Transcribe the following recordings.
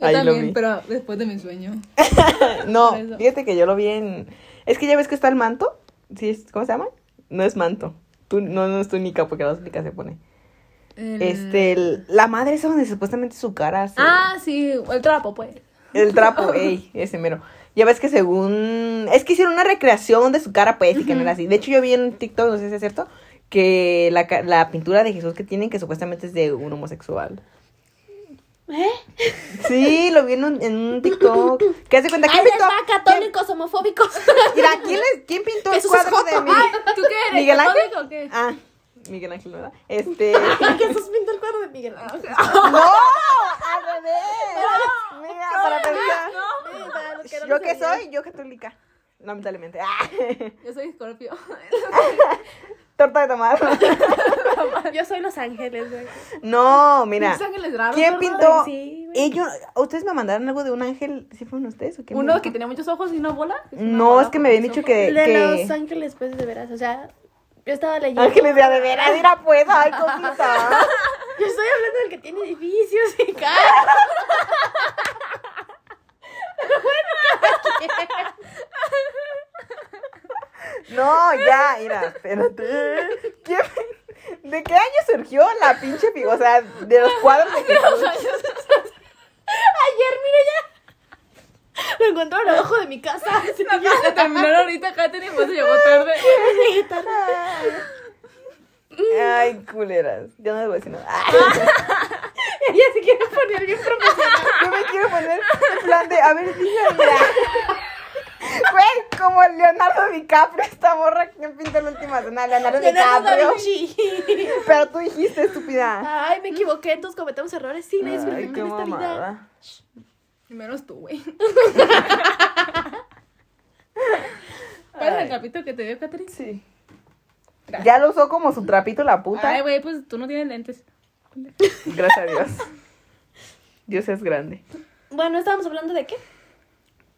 Yo Ahí lo también, vi. pero después de mi sueño. No, Por eso. fíjate que yo lo vi en. Es que ya ves que está el manto. ¿Sí es- ¿Cómo se llama? No es manto. Tú, no, no es túnica porque la túnica se pone. El- Este, el- la madre es donde supuestamente su cara. se- Ah, sí, el trapo, pues. El trapo, ey, ese mero. Ya ves que según. Es que hicieron una recreación de su cara, pues, y que no era así. De hecho, yo vi en TikTok, no sé si es cierto, que la, ca- la pintura de Jesús que tienen, que supuestamente es de un homosexual. ¿Eh? Sí, lo vi en un, en un TikTok. ¿Qué hace cuenta? Ahí ¿Quién les pintó? va, católicos, homofóbicos. Mira, ¿quién, les- quién pintó el Jesús es cuadro de joto. mi... Ay, ¿tú qué eres? Miguel Ángel? ¿Católico o qué? Ah, Miguel Ángel, ¿verdad? Este. Jesús pintó el cuadro de Miguel Ángel. ¡No! ¡Al revés! Mira, para pensar. Sí, para los que no ¿Yo lo qué sabían. soy? Yo católica. Lamentablemente. Ah, Yo soy escorpio. Torta de tomate. Yo soy Los Ángeles, güey. No, mira. Los ángeles raros. ¿Quién ¿verdad? pintó? Sí, güey. Ellos, ¿Ustedes me mandaron algo de un ángel? ¿Sí fueron ustedes o qué? me Uno que dijo? tenía muchos ojos y una bola. una No, bola es que con me habían muchos dicho ojos. que. De que- Los Ángeles, pues, de veras. O sea, yo estaba leyendo. Ángeles de de veras, mira pues, ay, cosita. Yo estoy hablando del que tiene edificios y cara. No, ya, mira, espérate. ¿Qué- ¿De qué año surgió la pinche figura? O sea, de los cuadros de Jesús. Ayer, mire ya. Lo encontró abajo de mi casa. Sí, La terminaron ahorita Katherine, pues se llegó tarde. Ay, culeras. Ya no les voy a decir nada. Ay, Ella se quiere poner bien profesional. Yo me quiero poner en plan de, a ver, díganme. Güey, como Leonardo DiCaprio, esta morra que pinta la última cena. Leonardo Leonardo da DiCaprio. Vinci. Pero tú dijiste, estúpida. Ay, me equivoqué, entonces cometemos errores. Sí, nadie es Ay, perfecto qué en esta vida. mamada. Menos tú, güey. ¿Cuál es Ay. el capítulo que te dio Katherine? Sí. Ya lo usó como su trapito la puta. Ay, güey, pues tú no tienes lentes. Gracias a Dios. Dios es grande. Bueno, estábamos hablando de qué?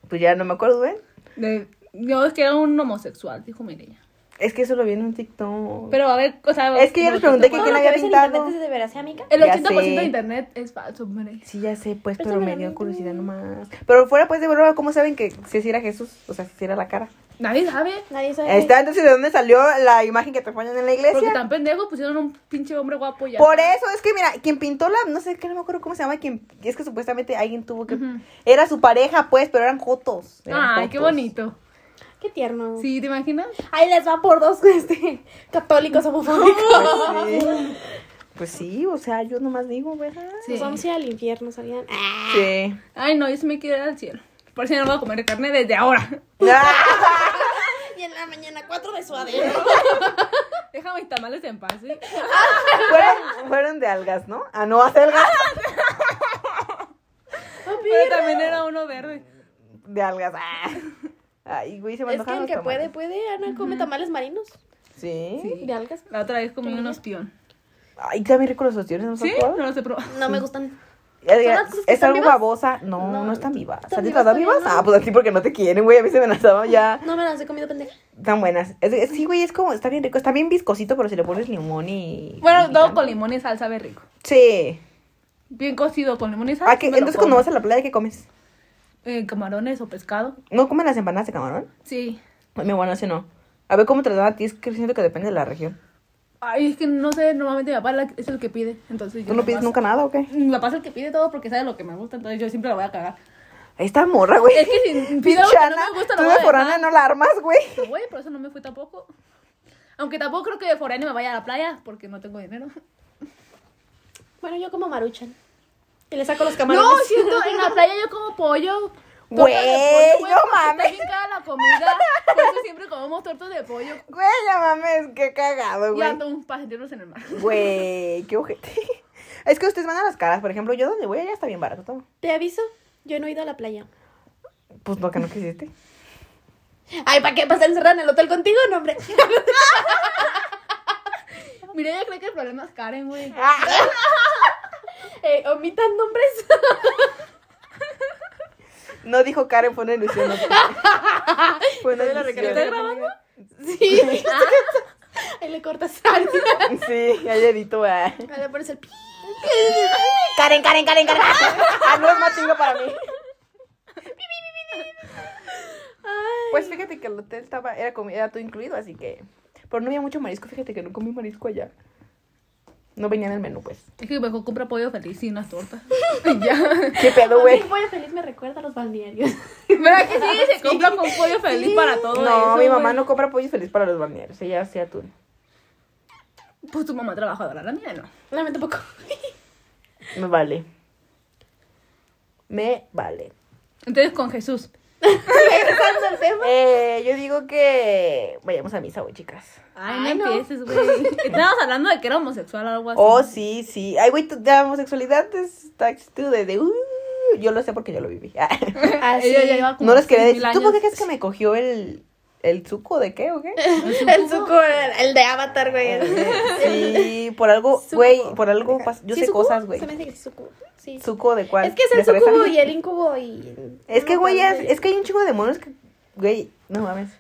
Pues ya no me acuerdo, ¿ven? De... No, es que era un homosexual, dijo Mireya. Es que eso lo vi en un TikTok. Pero a ver, o sea. Es que yo les pregunté que Todo quién lo había que ves en pintado. internet es de veras, ¿sí, amiga? El Ya 80% sé. de internet es falso, hombre. Sí, ya sé, pues, Pero pero me dio seguramente- curiosidad nomás. Pero fuera, pues, de broma, ¿cómo saben que si era Jesús? O sea, si era la cara. Nadie sabe. Nadie sabe. Ahí está, entonces, ¿de dónde salió la imagen que te ponen en la Porque iglesia? tan pendejos pusieron un pinche hombre guapo ya. Por eso, es que mira, quien pintó la, no sé, que no me acuerdo cómo se llama, quien, es que supuestamente alguien tuvo que, Ujú. era su pareja, pues, pero eran jotos. eran Ay, qué jotos. bonito. Qué tierno. Sí, ¿te imaginas? Ahí les va por dos este, católicos homofóbicos. Pues sí. Pues sí, o sea, yo nomás digo, ¿verdad? Sí. Nos vamos a ir al infierno, ¿sabían? Ah, Sí. Ay, no, yo sí me quiero ir al cielo. Por eso ya no voy a comer carne desde ahora. Ah, y en la mañana cuatro de suadero. Deja mis tamales en paz, ¿eh? fueron, fueron de algas, ¿no? Ah, no, acelgas. Pero también era uno verde. De algas. ah. Ay, güey, se me Es que antojaron el los que puede, tamales. puede. Ana come tamales marinos Sí. Sí. de algas. La otra vez comí un ostión. Ay, también rico los ostiones, ¿no ¿Sí? son No los he probado. No me gustan. las Es, cosas que están algo vivas? babosa. No, no, No, están vivas. están ¿Están vivas disfrazadas vivas? todavía, Ah, ¿no? pues así porque no te quieren, güey. A mí se me lanzaban ya No me las he comido pendeja. tan buenas. Es, es- sí, güey, es como, está bien rico. Está bien viscosito, pero si le pones limón y. Bueno, y todo picante. con limón y sal sabe rico. Sí. Bien cocido con limón y sal. Ah, ¿qué? me lo Entonces, cuando como. vas a la playa, ¿qué comes? Eh, camarones o pescado. ¿No comen las empanadas de camarón? Sí. Ay, Mi bueno, así no. A ver cómo te lo dan a ti. Es que siento que depende de la región. Ay, es que no sé, normalmente mi papá la- es el que pide. Entonces yo ¿Tú no pides nomás- nunca nada o qué? Mi papá es el que pide todo porque sabe lo que me gusta, entonces yo siempre la voy a cagar. Esta morra, güey. Es que si pido algo que no Chana, me gusta, Tú lo voy a de dejar. forana no la armas, güey. Pero, güey, por eso no me fui tampoco. Aunque tampoco creo que de foráneo me vaya a la playa porque no tengo dinero. Bueno, yo como maruchan. Y le saco los camarones. No, siento, en la playa yo como pollo. torta de pollo, Güey, güey, no porque mames. Está bien cara la comida. Por eso siempre comemos tortas de pollo. Güey, ya mames, qué cagado, Y güey. atún para sentirnos en el mar. Güey, qué ojete. Es que ustedes van a las caras, por ejemplo, yo donde voy allá está bien barato todo. Te aviso, yo no he ido a la playa. Pues no, que no quisiste. Ay, ¿para qué? ¿Para estar encerrada en el hotel contigo? No, hombre. Mira, ella cree que el problema es Karen, güey. Eh, omitan nombres. No dijo Karen, fue una ilusión. No, fue una ¿Estás ilusión. grabando? Sí. Ahí le cortas. Ahí Sí, ayer tú, ah. le pones el pi. Karen, Karen, Karen, Karen. Ah, no es más chingo para mí. porque Pues el hotel estaba, era, comi- era todo incluido, así que... Pero no había mucho marisco, fíjate que no comí marisco allá. No venía en el menú, pues. Es que mejor compra pollo feliz y unas tortas. Y ya. ¿Qué pedo, güey? Mi pollo feliz me recuerda a los balnearios. ¿Verdad que sí? Se compra con pollo feliz para todo eso. No, mi mamá güey. no compra pollo feliz para los balnearios, ella hace atún. Pues tu mamá trabajadora, la mía no. No, me tampoco. Me vale. Me vale. Entonces con Jesús. Regresando al tema. Eh, yo digo que vayamos a misa hoy, chicas. Ay, Ay, no no. empieces, güey. Estábamos hablando de que era homosexual o algo así. Oh, sí, sí. Ay, güey, tu- la homosexualidad está de, de uh, yo lo sé porque yo lo viví. Ah, Así. Ella ya lleva como no les quería 6.000 decir. ¿Tú por qué años. crees que me cogió el, el suco de qué o qué? El suco, el, el de Avatar, güey. Sí, por algo, güey, por algo pas- Yo ¿Sí, sé sucubo? cosas, güey. Se me hace que sí, sucubo. Sí. ¿Suco de cuál? Es que es ¿De el fresa? sucubo y el incubo y. Es que, güey, no, es, es que hay un chingo de demonios que, güey, no mames.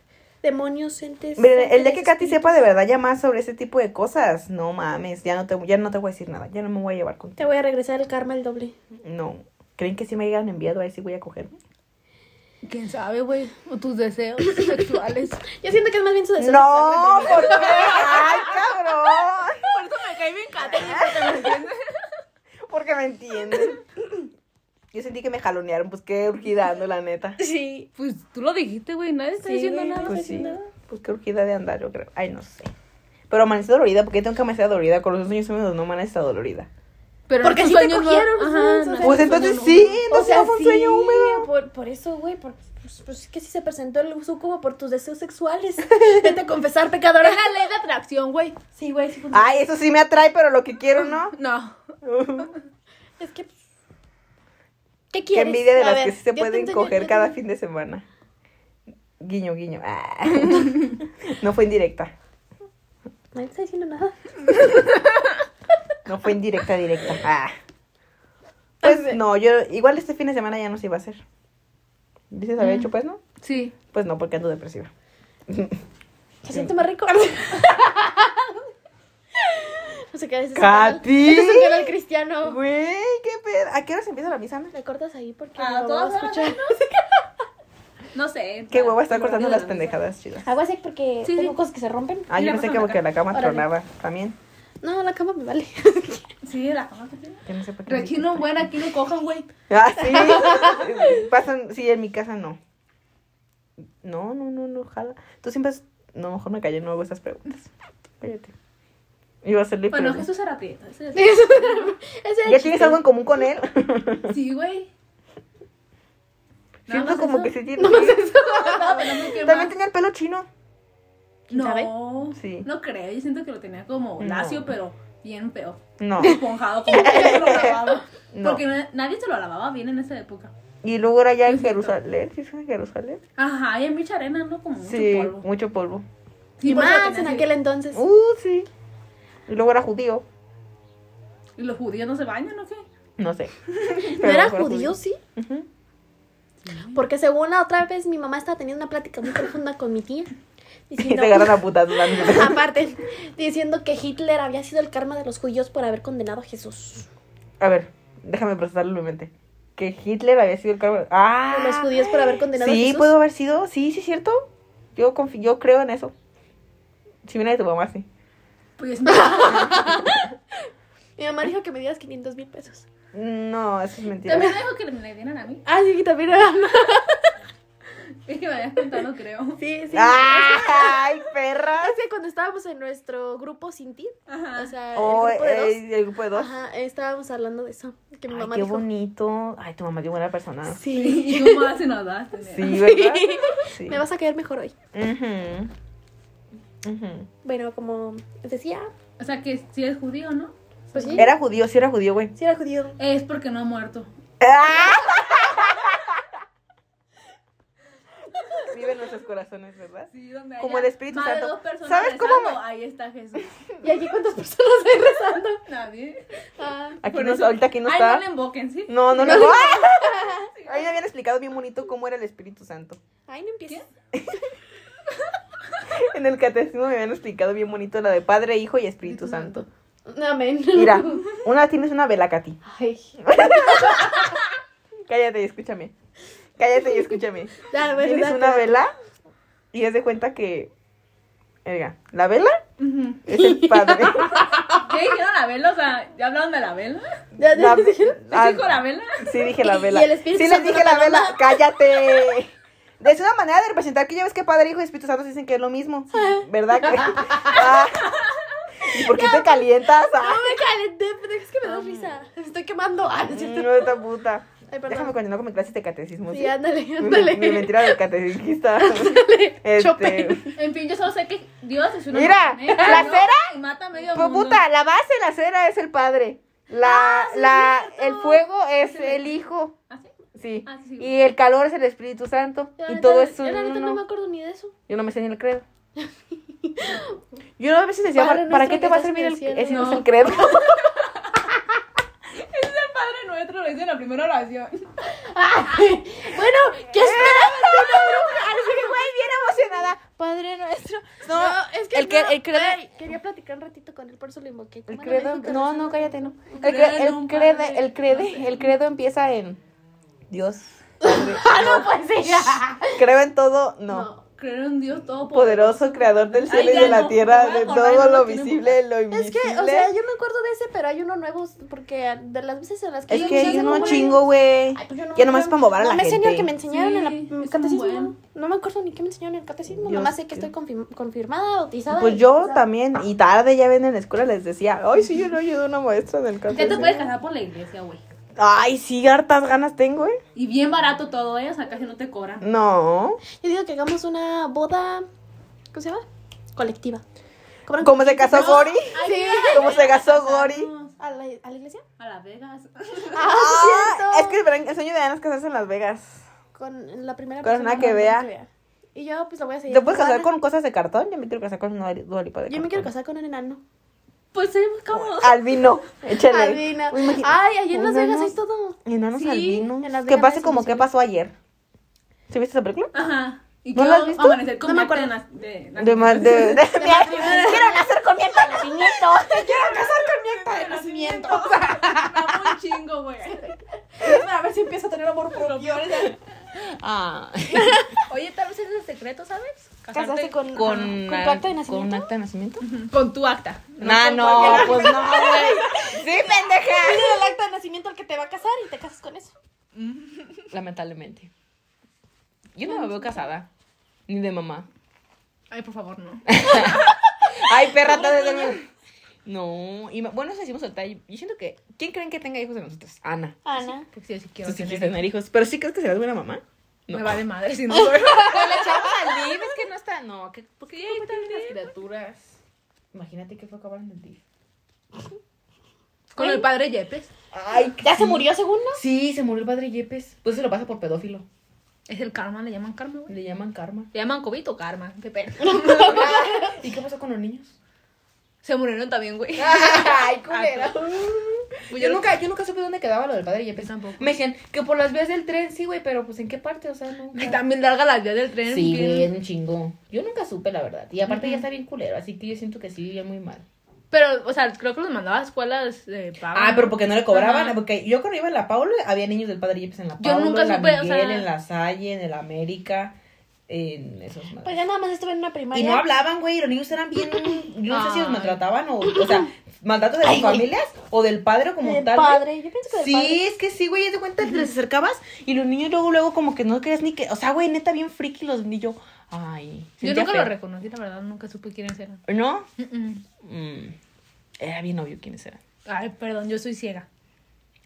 Demonios, entes. Miren, el día que entes, Katy sepa de verdad ya más sobre ese tipo de cosas, no mames, ya no te, ya no te voy a decir nada, ya no me voy a llevar Te contigo. voy a regresar el karma el doble. No. ¿Creen que si me hayan enviado ahí sí voy a cogerme? ¿Quién sabe, güey? O tus deseos sexuales. Yo siento que es más bien su deseo. No, ¿por qué? ¡Ay, cabrón! Por eso me caí bien Katherine. Porque me entienden. Yo sentí que me jalonearon, pues qué urgida ando, la neta. Sí. Pues tú lo dijiste, güey. Nadie está Sí, diciendo güey, nada. Pues sí. nada. Pues qué urgida de andar, yo creo. Ay, no sé. Pero amanecí dolorida, porque tengo que amanecer dolorida. Con los sueños húmedos no amanezco dolorida. Pero Porque en tus sí te sueños no- cogieron, Ajá, sí, no, o sea, Pues en tus entonces sueños sí, no. entonces fue un sueño sí, húmedo. Por, por eso, güey. Por, pues, pues es que sí se presentó el sucubo por tus deseos sexuales. Vete a confesar, Pero pecadora. es la ley de atracción, güey. Sí, güey. sí fue un- Ay, eso sí me atrae, pero lo que quiero no. No. Es que. ¿Qué Qué quieres? envidia de A las ver, que sí se yo te pueden enseño, yo coger te cada enseño. fin de semana. Guiño, guiño. Ah. No fue indirecta. Nadie está diciendo nada. No fue indirecta, directa. Ah. Pues no, yo igual este fin de semana ya no se iba a hacer. ¿Dices había hecho pues no? Sí. Pues no, porque ando depresiva. Se siente más rico. no sé qué es ¡Katy! Este es un canal cristiano. Güey, qué pedo. ¿A qué hora se empieza la misa, Ana? ¿Me cortas ahí porque Ah, mi mamá va todas a escuchar? No sé. Qué huevo huevo estar cortando las pendejadas chidas. Hago así porque Sí, tengo sí. cosas que se rompen. Ah, Y yo la pensé cosa que en la porque la cama Órale. tronaba también. No, la cama me vale. Sí, la cama que tiene. Yo no sé por qué. Pero aquí no, güey, aquí no cojan, güey. Ah, sí. Pasan, sí, en mi casa no. No, no, no, no, jala. Tú siempre. has- No, mejor me callé, no hago esas preguntas. Cállate. Iba a hacerle Bueno, preguntas. Jesús era prieto. ese es- Ese era ¿Ya tienes el chiste. algo en común con él? Sí, güey. Nada Siento más como eso. que sí tiene. No, bueno, no, ¿qué También más? tenía el pelo chino. No, ¿Sabe? Sí. no creo. Yo siento que lo tenía como No. lacio, pero bien feo. No, Esponjado, como que nadie se lo lavaba. No. Porque na- nadie se lo lavaba bien en esa época. y luego era ya en Jerusalén. ¿Sí es en Jerusalén? Ajá, y hay mucha arena, ¿no? Como mucho Sí, polvo. mucho polvo. Y por eso lo más en tenía así. aquel entonces. Uh, sí. Y luego era judío. ¿Y los judíos no se bañan o qué? No sé. ¿No Pero era mejor judío, sí? Ujú. Porque según la otra vez mi mamá estaba teniendo una plática muy profunda con mi tía. Y Diciendo, te agarran a putas. ¿verdad? aparte, diciendo que Hitler había sido el karma de los judíos por haber condenado a Jesús. A ver, déjame procesarlo en mi mente. Que Hitler había sido el cargo. ¡Ah! Los judíos por haber condenado a Sí, Jesús. pudo haber sido. Sí, sí, cierto. Yo, confi- yo creo en eso. Si viene de tu mamá, sí. Pues Mi mamá dijo que me dieras 500 mil pesos. No, eso es mentira. también me dijo que me le dieran a mí. Ah, sí, también Es que me habías contado, creo. Sí, sí. Ah. ¡Ay, perra! Es que cuando estábamos en nuestro grupo sin ti, Ajá. o sea, Oh, el grupo de dos, eh, el grupo de dos. ajá, estábamos hablando de eso. Que mi Ay, mamá qué dijo. bonito. Ay, tu mamá es buena persona. Sí. Y tú más se nos das. Sí, ¿verdad? Sí. Me vas a caer mejor hoy. Ujú. Ujú. Bueno, como les decía, O sea, que si es judío, ¿no? pues sí. Era judío, sí era judío, güey. Sí, era judío. Es porque no ha muerto. Ah. Vive en nuestros corazones, ¿verdad? Sí, donde Como haya el Espíritu más de Santo. dos personas ¿Sabes cómo rezando, Ahí está Jesús. ¿Y aquí cuántas personas hay rezando? Nadie. Ah, Aquí Por no, eso- ahorita aquí no Ay, está. no le invoquen, ¿sí? No, no, no. ¡Ah! Ahí me habían explicado bien bonito cómo era el Espíritu Santo. Ay, no empieces. En el catecismo me habían explicado bien bonito la de Padre, Hijo y Espíritu Santo. Amén. Mira, una tienes una vela, Katy. Ay. Cállate y escúchame. Cállate y escúchame. Ya, bueno, Tienes date, una date. vela Y haz de cuenta que. Verga, la vela Ujú. es el padre. ¿Qué dijeron la vela? O sea, ¿ya hablaron de la vela? ¿Ya te La- dijeron? ¿Sí Ah, dijo la vela? Sí, dije la Y- vela. y el Espíritu sí, les Santo dije no la te vela. habla. ¡Cállate! Es una manera de representar que ya ves que Padre, e Hijo y Espíritu Santo dicen que es lo mismo. ¿Verdad? Que- Ah. ¿Y por qué te calientas? No Ah, Mm, me calenté, pero es que me da risa. Me estoy quemando. Ah, no es cierto. No, esta puta. Ay, Mm. perdón. Déjame continuar con mi clase de catecismo. Sí, ándale, Mi- ándale. Mi, mentira de catequista. Este, Chopin. En fin, yo solo sé que Dios es una Mira, mujer negra, la ¿no? cera. Y mata a medio Pues, mundo. puta, la base, la cera es el padre. Ah, La, la, el fuego es el hijo. ¿Ah, sí? Sí. Ah, sí, sí. Y el calor es el Espíritu Santo. Yo, la Y neta, todo es Yo un la neta no uno. me acuerdo ni de eso. Yo no me sé ni el credo. Yo a veces decía, Padre ¿para, para nuestro qué que te va a estás en servir el el, cielo? ese no es No. el credo? Ese es el Padre Nuestro, lo dice en la primera oración. Ay, bueno, Eh. ¿qué esperabas de una bruja? Ah, no sé qué, güey, bien emocionada. Padre nuestro. No, el que- el credo- ay, quería platicar un ratito con él, por eso lo invoqué. El Bueno, credo, me dijo que no, se- no, cállate, no. El, credo, cre- el un padre, crede, el crede, el credo empieza en Dios. Padre, No, pues sí. Creo en todo, no. Creer en Dios todopoderoso. Poderoso creador del cielo Ay, y ya de la no, tierra, me voy a de acordar, todo no lo lo tiene visible, lo invisible. Es que, o sea, yo me acuerdo de ese, pero hay uno nuevo, porque de las veces en las que Es yo que me dicen salgo, un güey, chingo, güey. Ay, pues yo no Ya me nomás acuerdo. es para mover a la No me gente. enseñó el que me enseñaron Sí, es en un el catecismo. buen. No me acuerdo ni qué me enseñaron en el catecismo. Dios nomás sé que mío. estoy confirm- confirmada, bautizada. Pues y yo bautizada. también, y tarde ya ven en la escuela les decía, ay, sí, yo no ayudo a una maestra del Ya te catecismo". puedes casar por la iglesia, güey. Ay, sí, hartas ganas tengo, ¿eh? Y bien barato todo, ¿eh? O sea, casi no te cobran. No. Yo digo que hagamos una boda. ¿Cómo se llama? Colectiva. Cobran- ¿Cómo se casó Gori? Sí. ¿Cómo se casó Gori? ¿A la, a la iglesia? A Las Vegas. Ah, es que el verán- el sueño de Ana es casarse en Las Vegas. Con la primera Con una que vea. Y yo, pues la voy a seguir. ¿Te puedes casar Juana. con cosas de cartón? Yo me quiero casar con una dualipa de Yo me cartón. quiero casar con un enano. Pues sí, buscamos. Albino, échale. Albino. Ah, Uy, imagi- Ay, allí en Las Enanos- Vegas hay todo. Enanos Sí, albinos. en Las Que Vegas pase es como imposible. que pasó ayer. ¿Sí viste esa película? Ajá. ¿Y ¿No qué lo has vamos visto? a amanecer con No me Marta acuerdo. en las- Ah, de- De mal de. de- Mira, quiero nacer con mi acta de nacimiento. Quiero casar con mi acta de nacimiento. Me amo un chingo, güey. a ver si empiezo a tener amor propio. Ah. Oye, tal vez ese es el secreto, ¿sabes? Casarse con, Con, con tu acta de nacimiento. ¿Con acta de nacimiento? Con tu acta. No, no, pues no, güey. Sí, pendeja. Dale el acta de nacimiento al que te va a casar y te casas con eso. Lamentablemente. Yo no me veo casada. Ni de mamá. Ay, por favor, no. Ay, perra, está de dormir. No, y ma- bueno, eso decimos ahorita. Yo siento que. ¿Quién creen que tenga hijos de nosotros? Ana. Ana. Porque si yo sí quiero Tú sí quieres tener. tener hijos. Pero sí crees que serás buena mamá. No. Me vale madre si no Con la chava al DIF, es que no está. No, que, ¿por qué culpa tienen las criaturas? Imagínate que fue acabar en el DIF. Con el padre Yepes. Ay, ¿Ya se murió según no? Sí, se murió el padre Yepes. Pues se lo pasa por pedófilo. Es el karma, le llaman karma, güey. Le llaman karma. Le llaman COVID o karma, depende. ¿Y qué pasó con los niños? Se murieron también, güey. Ay, culera. Pues yo, nunca, yo nunca supe dónde quedaba lo del padre Yepes. Yo tampoco. Me decían que por las vías del tren, sí, güey, pero pues en qué parte, o sea, no. Y también larga las vías del tren. Sí, bien. güey, es un chingo. Yo nunca supe, la verdad. Y aparte ya está bien culero, así que yo siento que sí vivía muy mal. Pero, o sea, creo que los mandaba a escuelas de paga. Ah, pero porque no le cobraban, Ajá. porque yo cuando iba en la Paulo había niños del Padre Yepes en la Yo Paulo, nunca en la supe, o Miguel, sea- en la Salle, en el América, en esos madres. Pues ya nada más estuve en una y primaria. no hablaban, güey, los niños eran bien, yo no sé si los Ay. maltrataban o, o sea, maltrato de sus Ay, güey. familias o del padre como Del tal. güey. padre, yo pienso que del sí, padre. es que sí, güey, ya te cuenta, te les acercabas y los niños luego, luego como que no crees ni que, o sea, güey, neta bien friki los niños. Ay, Yo sentía nunca feo. lo reconocí, la verdad, nunca supe quiénes eran. ¿No? Mm-mm. Mm, Era bien obvio quiénes eran. Ay, perdón, yo soy ciega.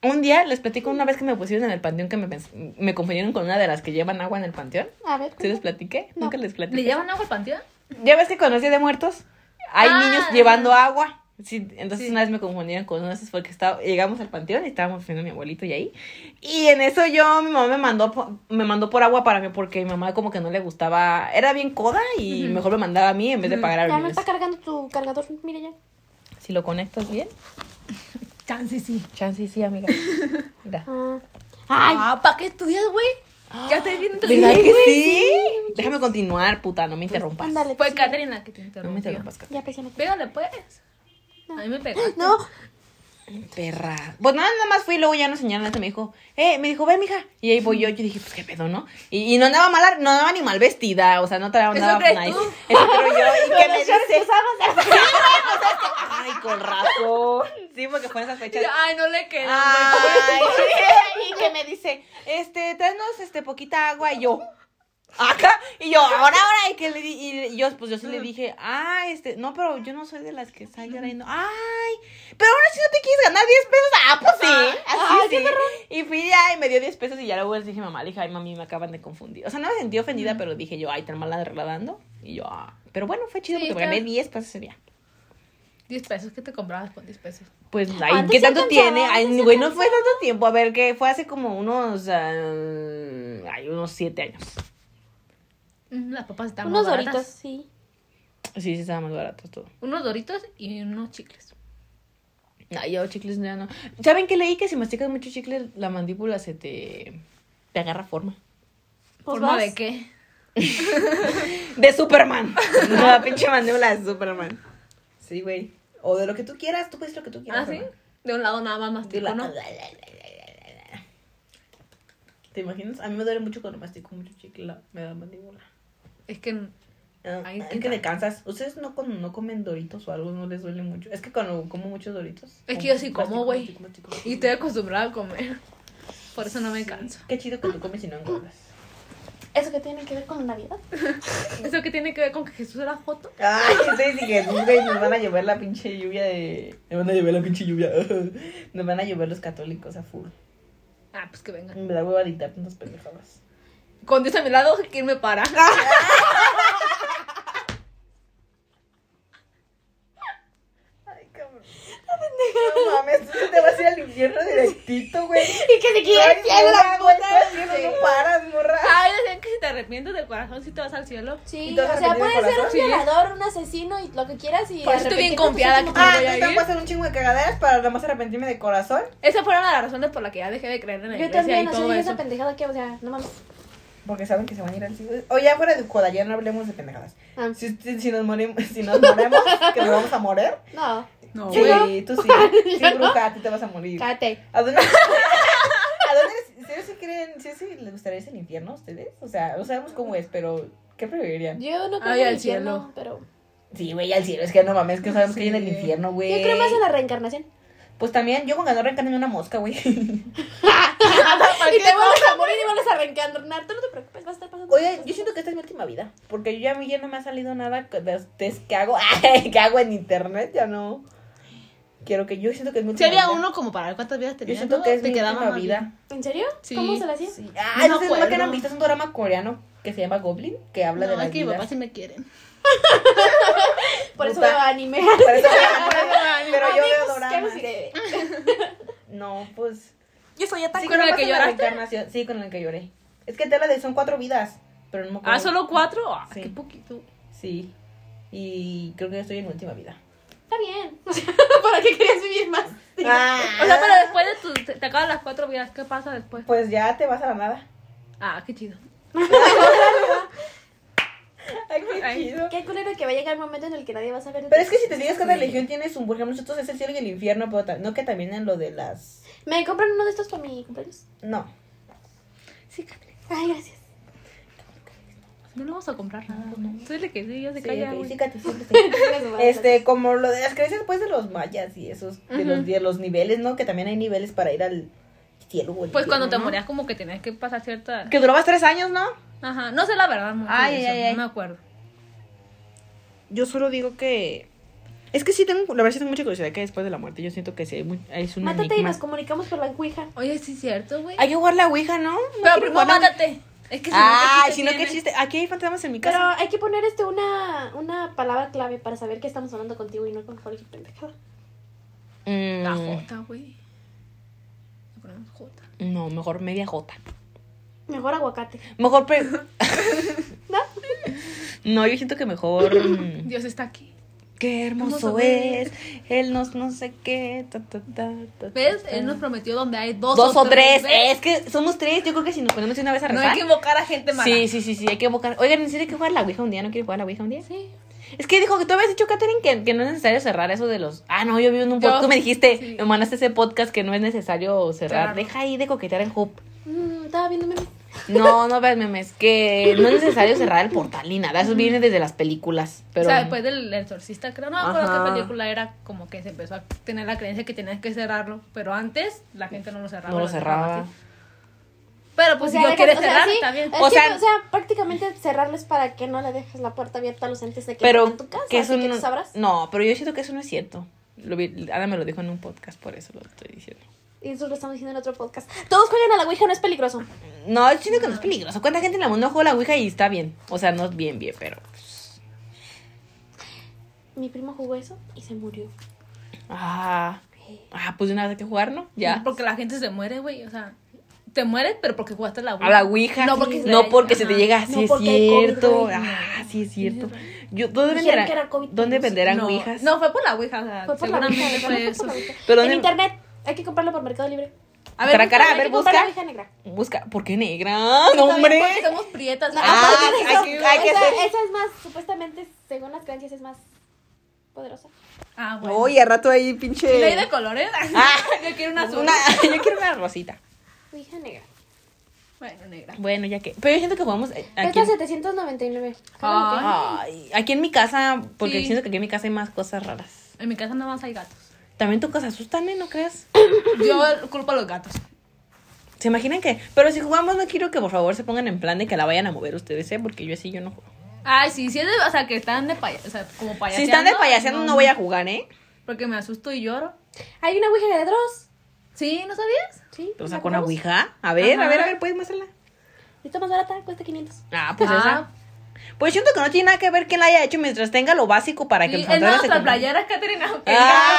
Un día les platico una vez que me pusieron en el panteón que me, pens- me confundieron con una de las que llevan agua en el panteón. A ver. ¿Sí les platiqué? No. Nunca les ¿Le platiqué. llevan agua al panteón? Ya ves que con los días de muertos hay Ah. niños llevando agua. Sí, entonces Sí. una vez me confundieron con uno de esos porque estaba, llegamos al panteón y estábamos viendo a mi abuelito y ahí. Y en eso yo, mi mamá me mandó, po- me mandó por agua para mí porque mi mamá como que no le gustaba, era bien coda y mejor me mandaba a mí en vez de pagar a Ya los no está niños. cargando tu cargador, mire ya. Si lo conectas bien, Chance sí. chance y sí, amiga. Mira. Ah. Ay, Ah, Ah, ¿para qué estudias, güey? Ya te vi ¿Verdad entonces. que sí? Déjame continuar, puta, no me interrumpas. ándale. Fue pues, Katherine la que te No me interrumpió. interrumpas, Kat. Ya pues ya no. Pégale, pues. A mí me pegaste. No. Perra. Pues nada, nada más fui y luego ya nos señalaron eso. Me dijo, eh, me dijo, ve, mija. Y ahí voy yo. Yo dije, pues qué pedo, ¿no? Y, y no andaba mal, no andaba ni mal vestida. O sea, no andaba ¿Eso nada crees nice. tú? Eso creo yo. Y que me Los shorts que dice, usabas. ay, con razón. Sí, porque fue en esas fechas. Ay, no le quedó. Ah. Ay, y que me dice, este, tráenos este poquita agua y yo. Acá, y yo, ahora, ahora, y que le di- y y yo, pues yo sí le dije, ah, este, no, pero yo no soy de las que está llorando, ay, pero ahora sí no te quieres ganar 10 pesos, ah, pues sí, así sí. Y fui ya, y me dio 10 pesos, y ya luego les dije, mamá, le dije, ay, mami, me acaban de confundir, o sea, no me sentí ofendida, pero dije yo, ay, tan mal arreglando, y yo, ah, pero bueno, fue chido, Sí, porque me gané está- 10 pesos ese día. 10 pesos, ¿qué te comprabas con 10 pesos? Pues, ay, Antes ¿qué sí tanto alcanzaba, tiene? Ay, antes sí güey, no fue alcanzaba. tanto tiempo. A ver, que fue hace como unos. ah, ay, unos siete años. Mm, Las papas estaban Unos más baratas. doritos, sí. Sí, sí, estaba más barato todo. Unos doritos y unos chicles. Pues Ay, yo chicles ya no. ¿Saben qué leí? Que si masticas mucho chicle, la mandíbula se te. te agarra forma. Pues ¿Forma vas. de qué? De Superman. la pinche mandíbula de Superman. Sí, güey. O de lo que tú quieras, tú puedes lo que tú ¿Ah, sí? De un lado nada más mastico, ¿no? ¿Te imaginas? A mí me duele mucho cuando mastico mucho chicle, la- me da mandíbula. Es que Ah, Ay, es ¿qué que tal? de Kansas. ¿Ustedes no, con- no comen doritos o algo? ¿No les duele mucho? Es que cuando como muchos doritos. Es que yo sí como, mastico, güey. mastico, mastico, mastico. y estoy acostumbrada a comer. Por eso no me canso. Qué chido que tú comes y no engordas. ¿Eso que tiene que ver con Navidad? ¿Eso qué tiene que ver con que Jesús era foto? Ay, ustedes sí que güey, nos van a llevar la pinche lluvia de. Nos van a llevar la pinche lluvia. Nos van a llevar los católicos a full. Ah, pues que venga. Me da hueva editar tantas pendejadas. Con Dios a mi lado, ¿quién me para? Ay, cabrón. No mames, tú te vas a ir al infierno directito, güey. Y que se quiere Ay, el cielo, la morra, güey, puta. todo el cielo, No paras, morra. Ay, decían que si te arrepientes de corazón, si te vas al cielo. Sí, ¿Y todos o sea, arrepentidos puedes de ser un corazón? Sí. violador, un asesino y lo que quieras y. Por eso estoy bien arrepentirte, pues, confiada es que- como- Ah, voy a entonces tengo ir. que hacer un chingo de cagaderas para nada más arrepentirme de corazón. Esa fue una de las razones por la que ya dejé de creer en la Yo iglesia también, y o sea, todo dije eso. esa pendejada que, o sea, no mames. Porque saben que se van a ir al cielo. O ya fuera de coda, ya no hablemos de pendejadas. Ah, Si, si, si nos morimos, si nos moremos, que nos vamos a morir. No, No, Sí, güey. tú sí. Sí, bruja, tú te vas a morir. cállate. ¿A dónde? ¿A dónde? ¿Serio si creen? ¿Sí, sí les gustaría irse al infierno a ustedes? O sea, no sabemos cómo es, pero ¿qué preferirían? Yo no creo Ay, en al el cielo, cielo. pero. Sí, güey, al cielo. Es que no mames, que sabemos que hay en el Sí. infierno, güey. Yo creo más en la reencarnación. Pues también, yo con ganar reencarné una mosca, güey. Y te vuelves a morir y vuelves a reencarnar. Tú no te preocupes, vas a estar pasando. Oye, yo siento que esta es mi última vida. Porque yo ya, ya no me ha salido nada que- de ustedes que hago, que hago en internet. Ya no. Quiero que yo siento que es mi Si última había vida. uno como para ver cuántas vidas Yo tenía, siento ¿no? que es te mi quedaba última más vida. ¿En serio? Sí. ¿Cómo se la hacía? Sí. Ah, No no ustedes no que acuerdo. han visto. Es un drama coreano que se llama Goblin. Que habla No, de las es que mi vidas. papá sí me quiere. Por eso Puta. veo anime. Por eso veo- Pero yo veo Amigos, ¿qué nos doramas. iré? No, pues. Yo soy ataque. Sí, Ah, ¿Con el conozco que la lloraste? reencarnación. Sí, con el que lloré. Es que te habla de son cuatro vidas. Pero no me acuerdo. Ah, ¿solo cuatro? Ah, Sí. qué poquito. Sí. Y creo que estoy en mi última vida. Está bien. O sea, ¿para qué querías vivir más? Ah. O sea, pero después de tus... Te, te acaban las cuatro vidas, ¿qué pasa después? Pues ya te vas a la nada. Ah, qué chido. Ay, qué Ay. chido. Qué culero que va a llegar el momento en el que nadie va a saber. de Pero ti. es que si te digas que cada religión tiene su, por ejemplo, nosotros es el cielo y el infierno, pero ta- no que también en lo de las... ¿Me compran uno de estos para mi cumpleaños? No. Sí, Cate, Ay, gracias. no le vamos a comprar nada. Entonces le que sí, ya se Sí, calla, ok, güey. sí, Katy, siempre sí. Este, como lo de las creencias, pues, de los mayas y esos, de, los, de los niveles, ¿no? Que también hay niveles para ir al cielo. o al Pues cuando te infierno, ¿no? morías como que tenías que pasar cierta... Que durabas tres años, ¿no? Ajá, no sé la verdad mucho de Ay, eso, ay, ay. no me acuerdo. Yo solo digo que... Es que sí tengo, la verdad sí tengo mucha curiosidad que después de la muerte yo siento que sí, hay mu- es un Mátate y enigma. nos comunicamos por la Ouija. Oye, sí es cierto, güey. Hay que jugar la ouija, ¿no? No Pero quiero primero jugar la- mátate. Es que si Ay, no, si no, qué tienes? chiste. Aquí hay fantasmas en mi Pero casa. hay que poner este una, una palabra clave para saber que estamos hablando contigo y no con cualquier pendejada. Mm, La J, güey. Le ponemos J. no, mejor media jota. Mejor aguacate. Mejor pre- ¿No? No, yo siento que mejor. mm, Dios está aquí. Qué hermoso Hermoso es. Él nos no sé qué. ta, ta, ta, ta, ta, ¿Ves? ta. Él nos prometió donde hay dos, Dos, o tres. ¿ves? Es que somos tres. Yo creo que si nos ponemos de una vez a No rezar. hay que invocar a gente mala. sí, sí, sí, sí, hay que evocar. Oigan, ¿en serio hay que jugar la Ouija un día? ¿No quieren jugar la Ouija un día? Sí. Es que dijo que tú habías dicho, Katherine, que, que no es necesario cerrar eso de los. Ah, no, yo vi en un Yo- podcast. Tú me dijiste, sí. me mandaste ese podcast que no es necesario cerrar. Cerrarlo. Deja ahí de coquetear en Hoop. Mm, estaba viendo memes. No, no veas memes. Que no es necesario cerrar el portal ni nada. Eso viene desde las películas. Pero. O sea, después del exorcista, creo, no me acuerdo Ajá. qué película era, como que se empezó a tener la creencia que tenías que cerrarlo, pero antes la gente no lo cerraba. no lo cerraba. así. Pero pues si yo dejas- quiero o sea, cerrar, sí, está bien. es O que, sea- o sea, prácticamente cerrarles para que no le dejes la puerta abierta a los entes de que están Pero en tu casa. que eso así que no, tú sabrás. no, pero yo siento que eso no es cierto. Lo vi- Ana me lo dijo en un podcast, por eso lo estoy diciendo. Y eso lo estamos diciendo en otro podcast. Todos juegan a la Ouija, no es peligroso. No, yo siento que no es peligroso. ¿Cuánta gente en la mundo juega la Ouija y está bien? O sea, no es bien, bien, pero. Mi primo jugó eso y se murió. Ah, ah pues de una vez hay que jugar, ¿no? Ya. Porque la gente se muere, güey, o sea, te mueres, pero porque jugaste a la Ouija. A la Ouija. No porque, no porque se te ajá. llega. No Sí, es porque hay COVID, cierto. ay, no. Ah, sí, es cierto. Yo, ¿Dónde Dijeron venderán, que era COVID, ¿dónde no sé. venderán no, Ouijas? No, fue por la Ouija, o sea, Fue por la Ouija. seguramente fue ¿verdad? Fue eso. por la Ouija. Pero en dónde- internet hay que comprarlo por Mercado Libre. A ver, Tracará, a hay ver, que comprar la busca. Ouija negra. Busca. ¿Por qué negra? No, hombre. Porque somos prietas. No, Ah, Ah, aparte de hay eso, que- hay que esa, hacer- esa es más, supuestamente, según las creencias, es más poderosa. ah, bueno. Oye, a rato ahí, ¿Y la hay de pinche. colores? Ah. yo quiero una azul. Una, yo quiero una rosita. Ouija negra. Bueno, negra. Bueno, ya que. Pero yo siento que jugamos. eh, Es Pues Aquí la en, 799. Claro Ah. que- Ay, aquí en mi casa, porque Sí. siento que aquí en mi casa hay más cosas raras. En mi casa nada más hay gatos. También tu casa asustan, ¿eh? ¿No crees? Yo culpo a los gatos. ¿Se imaginan que? Pero si jugamos, no quiero que por favor se pongan en plan de que la vayan a mover ustedes, ¿eh? Porque yo así yo no juego. Ay, sí, sí, es de- o sea, que están de paya, o sea, como payaseando. Si están de payaseando, no voy a jugar, ¿eh? Porque me asusto y lloro. Hay una Ouija de Dross. ¿Sí? ¿No sabías? Sí. O la sea, con la compramos. ouija. A ver, Ajá. a ver, a ver, puedes mostrarla. Y Está más barata, cuesta 500. Ah, pues Ah. esa. Pues siento que no tiene nada que ver quién la haya hecho mientras tenga lo básico para que Sí, los es fantasmas se nuestra cumplan. playera, Caterina. Ah.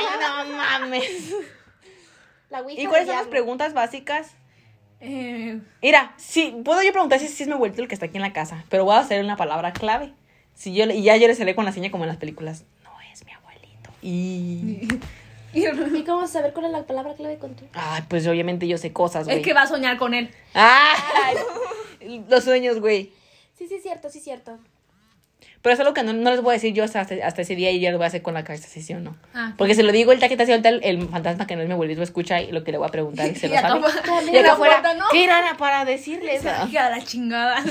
aunque Ay, no mames. La Ouija ¿Y cuáles del son las diablo. preguntas básicas? Eh, Mira, sí, puedo yo preguntar si, si es mi abuelito el que está aquí en la casa, pero voy a hacer una palabra clave. Si yo le- y ya yo le salí con la seña como en las películas. No es mi abuelito. Y. y- ¿Y cómo saber cuál es la palabra clave con tu? Ay, pues obviamente yo sé cosas, güey. es que va a soñar con él. Ay, los sueños, güey. Sí, sí, cierto, sí, cierto. Pero es algo que no, no les voy a decir yo hasta, hasta ese día y ya lo voy a hacer con la cabeza, si sí o no. Ah. Porque se lo digo el taquete así, ahorita el, el fantasma que no es mi abuelito escucha y lo que le voy a preguntar y se Y lo acá sabe. afuera- Y acá la afuera, puerta, ¿no? ¿qué irán para decirles? Esa hija de la chingada.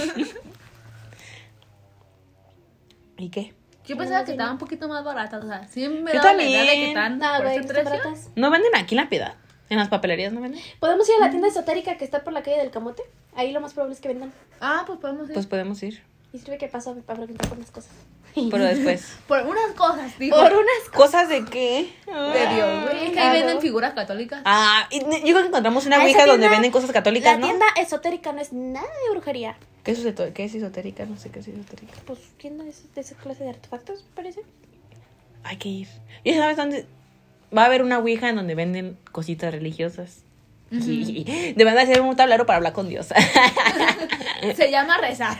¿Y qué? Yo pensaba que estaba un poquito más barata. O sea, sí me Yo daba la idea de también. Ah, que están Nada, por güey, ese no están precio. baratas. ¿No venden aquí en la piedad? ¿En las papelerías no venden? Podemos ir a la tienda esotérica que está por la calle del Camote. Ahí lo más probable es que vendan. Ah, pues podemos ir. Pues podemos ir. Y sirve que paso para preguntar por unas cosas. Pero después. por unas cosas, digo. Por unas. ¿Cosas de qué? De Dios, güey. Es que ahí Claro. venden figuras católicas. Ah, y ne- yo creo que encontramos una A esa ouija donde tienda- venden cosas católicas, La ¿no? tienda esotérica no es nada de brujería. ¿Qué es, esoto- ¿Qué es esotérica? No sé qué es esotérica. Pues tienda de, esa- de esa clase de artefactos, me parece. Hay que ir. ¿Y sabes dónde? Va a haber una ouija en donde venden cositas religiosas. Y Deben de hacer un tablero para hablar con Dios. eh. Se llama rezar.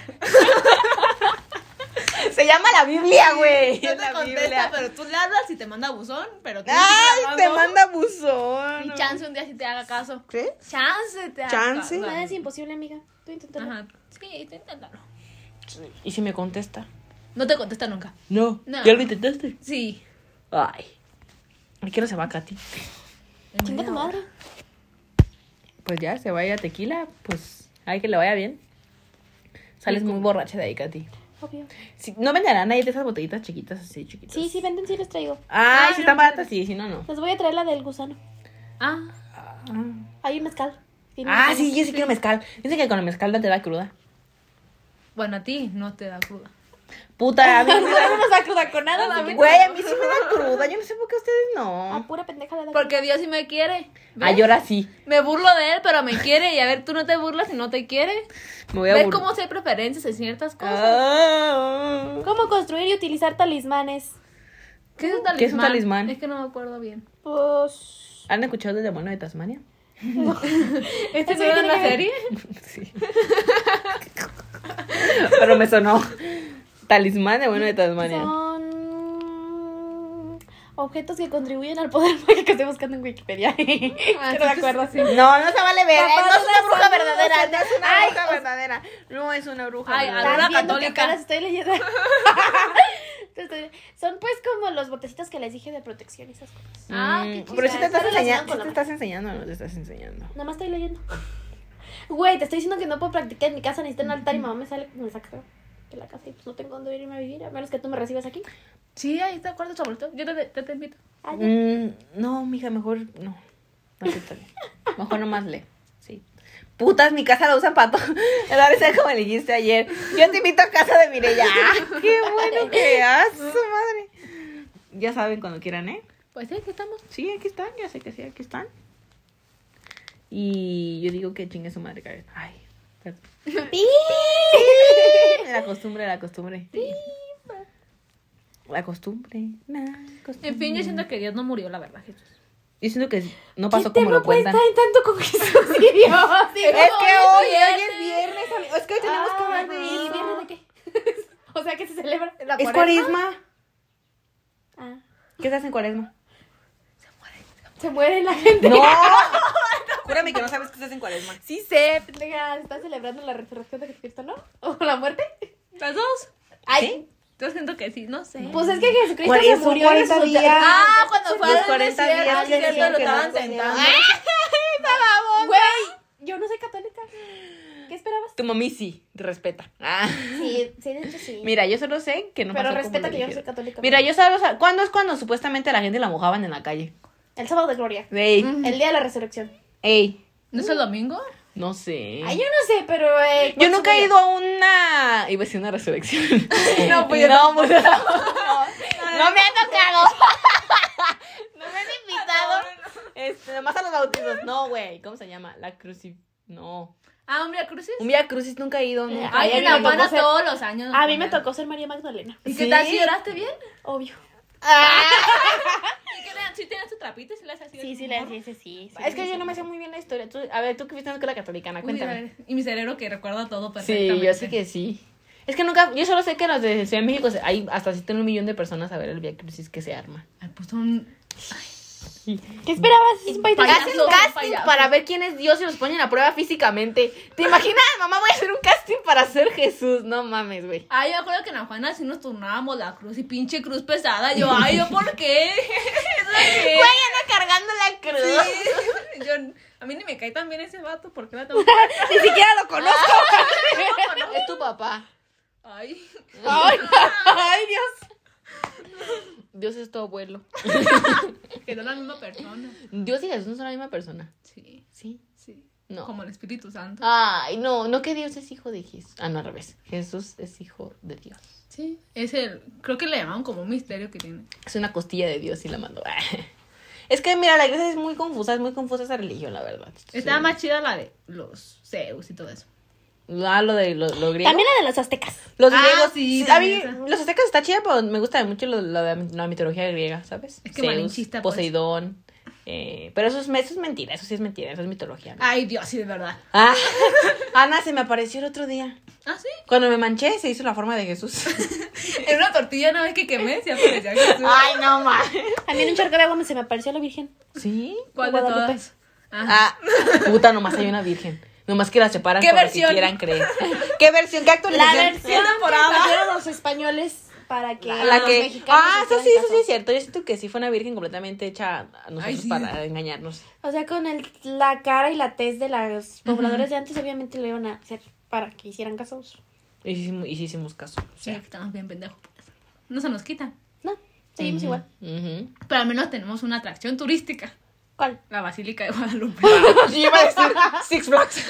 Se llama la Biblia, güey. No La te contesta, Biblia. pero tú le hablas y te manda buzón, pero tú "Ah, Ay, sigues te hablando. manda buzón. Y chance un día si te haga caso. ¿Qué? Chance te haga Chance. caso. Nada es imposible, amiga. Tú inténtalo. Ajá. Sí, tú inténtalo. ¿Y si me contesta? No te contesta nunca. No. No. ¿Ya lo intentaste? Sí. Ay. ¿A qué hora se va Katy? Chinga tu madre. Pues ya, se va a ir a tequila. Pues hay que le vaya bien. Sales muy borracha de ahí, Katy. Obvio. Sí, ¿No venderán ahí de esas botellitas chiquitas así, chiquitas? Sí, sí, venden, sí les traigo. Ay, Ah, si no, están no, baratas, sí, si no, no. Les voy a traer la del gusano. Ah, Hay un mezcal. Tiene Ah, mezcal. sí, yo sí quiero mezcal. Dicen que con el mezcal no te da cruda. bueno, a ti no te da cruda. Puta, a mí me da- No nos acuda con nada. así que- Güey, a mí sí me da cruda. Yo no sé por qué ustedes Ah, no. pura pendeja le da Porque Dios sí me quiere. ¿Ves? Ay, ahora sí. Me burlo de él, pero me quiere. Y a ver, tú no te burlas y no te quiere. Me voy a ¿Ves burlar. cómo sí hay preferencias en ciertas cosas? Ah. ¿Cómo construir y utilizar talismanes? ¿Qué es un talismán? ¿Qué es un talismán? Es que no me acuerdo bien. Pues. ¿Han escuchado del demonio de Tasmania? ¿Este no Eso era tiene una que ver. serie? Sí. Pero me sonó. Talismán demonio de Tasmania. Son. Objetos que contribuyen al poder mágico que estoy buscando en Wikipedia. Ah, Pero me sí, acuerdo, sí. No, no se vale ver. Papá, eh, no es no una bruja la saludas, verdadera. o No sea, es una ay, bruja o- verdadera. No es una bruja Ay, verdadera. Alguna Estás viendo que católica. apenas estoy leyendo. Entonces, Son pues como los botecitos que les dije de protección y esas cosas. Ah, qué Mm, chiste. Pero si te estás Está relacionado enseñando, con te la- estás enseñando, o no te estás enseñando. Nada más estoy leyendo. Güey, te estoy diciendo que no puedo practicar en mi casa, necesito un altar y mamá me sale, me saca de la casa y pues no tengo dónde irme a vivir, a menos que tú me recibas aquí. Sí, ahí está, ¿cuál es tu abuelito? Yo te, te, te invito. Ah, ya. Mm, no, mija, mejor no. No está bien. Mejor nomás lee. Sí. Putas, mi casa la usan para todo. La vez como le dijiste ayer. Yo te invito a casa de Mireya. ¡Ah, ¡Qué bueno que haces, madre! Ya saben cuando quieran, ¿eh? Pues sí, aquí estamos. Sí, aquí están. Ya sé que sí, aquí están. Y yo digo que chingue su madre, Karen. Ay. perdón. ¡Pi! La costumbre, la costumbre. La costumbre. La costumbre. En fin, yo siento que Dios no murió, la verdad, Jesús. Yo siento que no ¿Qué pasó como tema lo puede estar cuentan. en tanto con Jesús y Dios? Es que hoy, hoy es viernes, amigo. Es que hoy tenemos que Ah, hablar de ¿y viernes de eso. qué? o sea, que se celebra la ¿Es cuaresma? Ah, ¿Qué estás en cuaresma? se muere la gente. ¡No! Júrame que no sabes que estás en cuaresma. Sí sé. Pendeja, ¿se está celebrando la resurrección de Jesucristo, ¿no? ¿O la muerte? ¿Las dos? Ay, Yo siento que sí, no sé. pues es que Jesucristo ¿Cuál se es? Son murió 40 resucitó. días. Ah, cuando fue Los al 40 desierto, días al que decían desierto lo que no estaban tenían. tentando. Güey, yo no soy católica. ¿Qué esperabas? Tu mami sí, te respeta. Ah. Sí, sí, de hecho sí. Mira, yo solo sé que no Pero pasó como respeta lo que yo no dijeron. soy católica. Mira, yo solo sab- ¿Cuándo es cuando supuestamente la gente la mojaban en la calle? El sábado de gloria. Ey, Mm. El día de la resurrección. ey, ¿No es el domingo? no sé. Ay, yo no sé, pero. eh, Yo por nunca he su- ido a una. Iba a decir una resurrección. No, pues yo no, pues, no, No me ha tocado. no me han invitado. Este, nomás a los bautizos. No, güey. ¿Cómo se llama? La cruci. No. Eh, Ah, hombre, crucis. Un vía crucis nunca he ido. nunca. Ay, Ay, a en mí me La tocó Habana ser- todos los años. nos A mí me ponían. tocó ser María Magdalena. ¿Y qué Sí. tal si lloraste bien? Obvio. Ah. ¿Y qué tal? ¿Sí tenías tu trapito? y ¿Sí le hacías así? Sí, sí, al la morro? sí, sí, sí. Ah, Es que yo no me sé muy bien la historia. Tú- a ver, tú que fuiste en la escuela catalicana, Uy, a cuéntame. ver, Y mi cerebro que recuerda todo perfectamente. Sí, yo sí que sí. Es que nunca, yo solo sé que los de Ciudad de México se- hay hasta así tienen un millón de personas a ver el Via Crucis que se arma. Ay, pues son... ¿Qué esperabas? Es un país de- Payaso, Hacen un casting payaso. para ver quién es Dios y los ponen a prueba físicamente. ¿Te imaginas? Mamá, voy a hacer un casting para ser Jesús. No mames, güey. Ay, yo me acuerdo que en la Juana sí nos turnábamos la cruz y pinche cruz pesada. Yo, ay, ¿yo por qué? ¿Eso qué? Güey, anda cargando la cruz. Sí. Yo, a mí ni me cae tan bien ese vato, ¿por qué la tengo Ni siquiera lo conozco. es tu papá. Ay, Ay, Dios. Dios es tu abuelo. que no es la misma persona. Dios y Jesús no son la misma persona. Sí, Sí. sí. No. Ah. Como el Espíritu Santo. Ay, no, no que Dios es hijo de Jesús. Ah, no, al revés. Jesús es hijo de Dios. Sí, es el... Creo que le llamaban como un misterio que tiene. Es una costilla de Dios y la mandó. Es que, mira, la iglesia es muy confusa, es muy confusa esa religión, la verdad. Estaba Sí. más chida la de los Zeus y todo eso. Ah, lo de lo, lo griego. También la de los aztecas. Los Ah, griegos, sí, sí. A mí, también esa. los aztecas está chida, pero me gusta mucho lo, lo de la mitología griega, ¿sabes? Es que Zeus, malinchista, pues. Poseidón. eh, pero eso es, eso es mentira, eso sí es mentira, eso es mitología. ¿no? Ay, Dios, sí, de verdad. Ah, Ana se me apareció el otro día. Ah, sí. Cuando me manché, se hizo la forma de Jesús. En una tortilla una vez que quemé, se aparecía Jesús. Ay, no mames. A mí en un charco de agua me- se me apareció la Virgen. ¿Sí? ¿Cuál de Guadalupe. todas? Ah, Ah, puta, nomás hay una virgen. Nomás que la separan ¿Qué por lo que versión? quieran creer. ¿Qué versión? ¿Qué La actualización? versión que hicieron los españoles para que La, la los que. mexicanos Ah, eso hicieran sí, eso sí caso. es cierto. Yo siento que sí fue una virgen completamente hecha a nosotros Ay, sí. para engañarnos. O sea, con el, la cara y la tez de los pobladores de antes, obviamente lo iban a hacer para que hicieran caso. Y sí hicimos, y sí hicimos caso. o sí, sea. que estamos bien pendejos. pues. No se nos quita. No, seguimos Ujú, igual. ujú. Pero al menos tenemos una atracción turística. ¿Cuál? La Basílica de Guadalupe. Yo iba a decir Six Flags.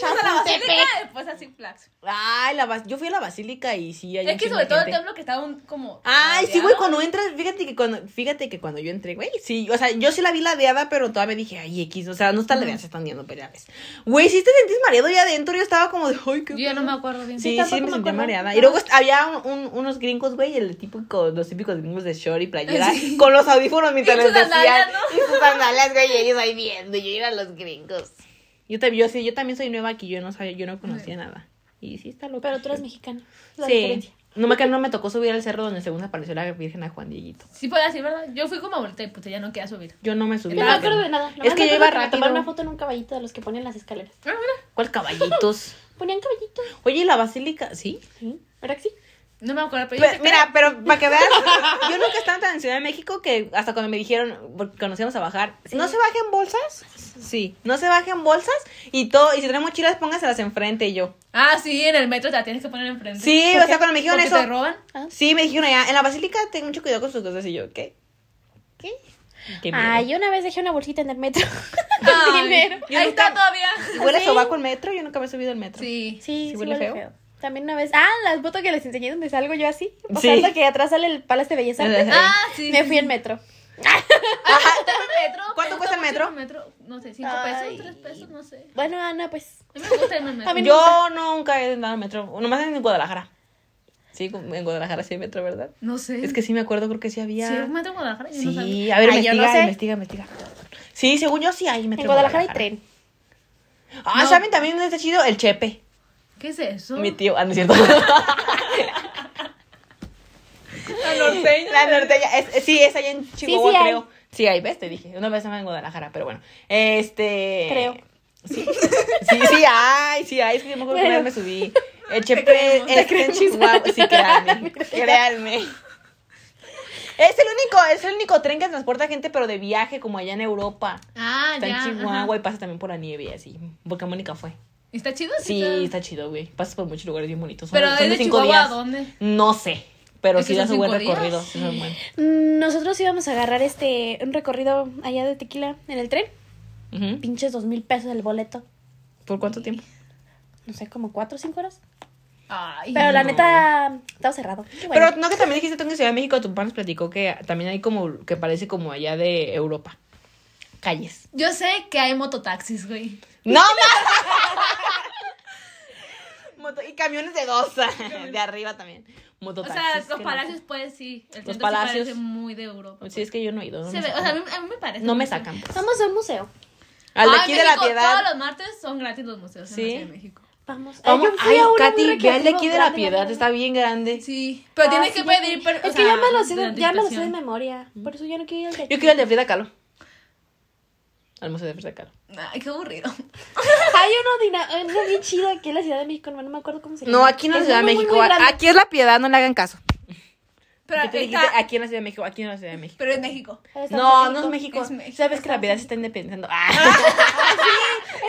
Vamos a la Basílica después a Six Flags. Ay, la bas- yo fui a la basílica y sí, hay un Es que chingo sobre de todo el gente. templo que estaba un, como... Ay, sí, güey, ladeado. cuando entras, fíjate que cuando, fíjate que cuando yo entré, güey, sí, o sea, yo sí la vi ladeada, pero todavía dije, ay, X, o sea, no está ladeada, se están viendo peleables. Güey, sí te sentís mareado ahí adentro, yo estaba como de, ay, qué... Yo ya no me acuerdo bien. Sí, Sí, sí, tampoco me me sentía acuerdo. mareada. Ajá. Y luego est- había un- un- unos gringos, güey, el típico, los típicos gringos de short y playera, con los audífonos mientras Y sus les decían. sandalias, ¿no? Y sus sandalias, güey, y ellos ahí viendo, y yo iba a los gringos. Yo también, yo, sí, yo también soy nueva aquí, yo no sabía, yo no conocía nada. Y sí está loco. Pero tú eres mexicana. La sí. diferencia. No me, que no me tocó subir al cerro donde según apareció la Virgen a Juan Dieguito. Sí fue así, ¿verdad? Yo fui como ahorita y pues ya no quería subir. Yo no me subí. No me acuerdo de nada. Es que yo iba rápido. tomar una foto en un caballito de los que ponen las escaleras. Ah, mira. ¿Cuál caballitos? Ponían caballitos. Oye, ¿y la basílica? ¿Sí? Sí. ¿Verdad que sí? No me acuerdo, pero yo sé Pe- que Pues, mira, pero para que veas, yo nunca estaba tan en Ciudad de México que hasta cuando me dijeron, porque conocíamos a bajar, ¿no se bajen bolsas? Sí, no se bajen bolsas y todo, y si traen mochilas, póngaselas enfrente y yo. Ah, sí, en el metro te la tienes que poner enfrente. Sí, o Porque- sea, cuando me dijeron porque eso. te roban. Sí, me dijeron allá, en la basílica ten mucho cuidado con sus cosas y yo, ¿qué? ¿Qué? ¿Qué miedo. Ay, yo una vez dejé una bolsita en el metro. Ay, dinero. Yo Ahí está nunca- todavía. ¿Y huele a sobaco el metro? Yo nunca me he subido al metro. Sí. Sí, ¿Sí sí huele huele feo? feo? También una vez. Ah, las fotos que les enseñé donde salgo yo así. O Sí. sea, la que atrás sale el Palace de Belleza. Ah, sí. Me fui en metro. el metro. ¿Cuánto me cuesta el gusta mucho el metro? No sé, cinco Ay. pesos, tres pesos, no sé. Bueno, Ana, pues. A mí me gusta irme en metro. A mí no- Yo nunca he andado al metro, nomás en Guadalajara. Sí, en Guadalajara sí hay metro, ¿verdad? No sé. Es que sí me acuerdo, creo que sí había. Sí, un metro en Guadalajara. yo no sabía. Sí, a ver, Ay, yo investiga, no sé. investiga, investiga. Sí, según yo sí hay metro. En Guadalajara hay tren. Ah, No. ¿saben también dónde está chido? El Chepe. ¿Qué es eso? Mi tío, ah, no es cierto. La norteña. La norteña. es- es- sí, es allá en Chihuahua, sí hay. creo. Sí, ahí ves, te dije. Una vez estaba en Guadalajara, pero bueno. Este. Creo. Sí, sí, sí hay, sí hay. Es que yo me acuerdo que una Bueno. vez me subí. El Chepe creemos, te está en Chihuahua. Sí, créanme. créanme. Es el único, es el único tren que transporta gente, pero de viaje, como allá en Europa. Ah, Está ya. en Chihuahua ajá. y pasa también por la nieve y así. Porque Mónica fue. ¿Está chido? Sí, está chido, güey. Pasas por muchos lugares bien bonitos. Son- Pero son es de de cinco Chihuahua días. a dónde? No sé. Pero Es sí que da son su buen cinco días. recorrido. sí son buen. Mm, Nosotros íbamos a agarrar este un recorrido allá de tequila en el tren. Ujú. Pinches dos mil pesos el boleto. ¿Por cuánto tiempo? No sé, como cuatro o cinco horas. Ay. Pero la no. neta, estaba cerrado. Pero no que también dijiste tú que en Ciudad de México, tu pan nos platicó que también hay como, que parece como allá de Europa. Calles. Yo sé que hay mototaxis, güey. ¡No más! Moto- y camiones de dos, de arriba también. O Mototaxis. sea, qué los loco. palacios, pues sí. El centro sí palacios. parece muy de Europa. Sí, es que yo no he ido. No, Se me, ve, o sacan. sea, a mí, a mí me parece. No me mucho. sacan. pues. Vamos a un museo. Al de Ah, aquí en de la México, piedad. Todos los martes son gratis los museos Sí. en la Ciudad de México. Vamos. Ay, Vamos, yo fui ay, a uno muy Katy, ve al de recreativo, aquí de la grande, piedad, grande, está bien grande. Sí. Pero tienes Ah, que sí, ya pedir. fui. per- o es que ya me lo sé, sea, de- ya me lo sé de anticipación. memoria. Por eso ya no quiero ir al de aquí. Yo quiero el de Frida Kahlo. Al museo de Frida Kahlo. Ay, qué aburrido. Hay uno, dina- uno bien chido aquí en la Ciudad de México, no, no me acuerdo cómo se llama. No, aquí no es Es Ciudad de uno muy, México. muy grande. aquí es la piedad, no le hagan caso. Pero, Yo te dijiste, está- aquí no es Ciudad de México, aquí no es Ciudad de México. pero en México. Ahora está No, en no es México. Es México. Sabes que la piedad se está independizando. Ah.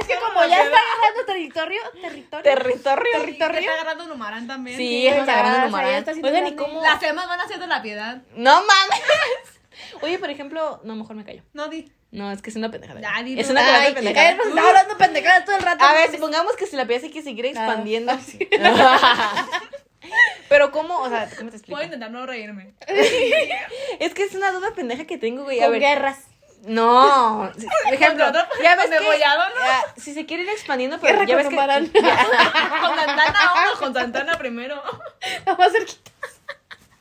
Es que como ya está agarrando territorio, territorio. Territorio. Y Está agarrando Numarán también. Sí, es ya, sagrado o sea, ya numaral. está haciendo Oigan, ¿y grande. cómo? Las temas van haciendo la piedad. No mames. Oye, por ejemplo, no, mejor me callo. Ah, No di. No, es que es una pendejada. Ya, dilo. es una Ay, grande pendejada. Hemos estado hablando pendejadas todo el rato. A ver, supongamos que si la piedad se quiere seguir Nada. expandiendo. Pero cómo, o sea, ¿cómo te explico? Puedo intentar no reírme. Es que es una duda pendeja que tengo, güey. A con ver, guerras. No, sí, por ejemplo, otro- ya ves con que, degollado, ¿no? ah, si se quiere ir expandiendo, pero Guerra ya con ves que Numarán. Con Santana uno, con Santana primero. Vamos cerquita.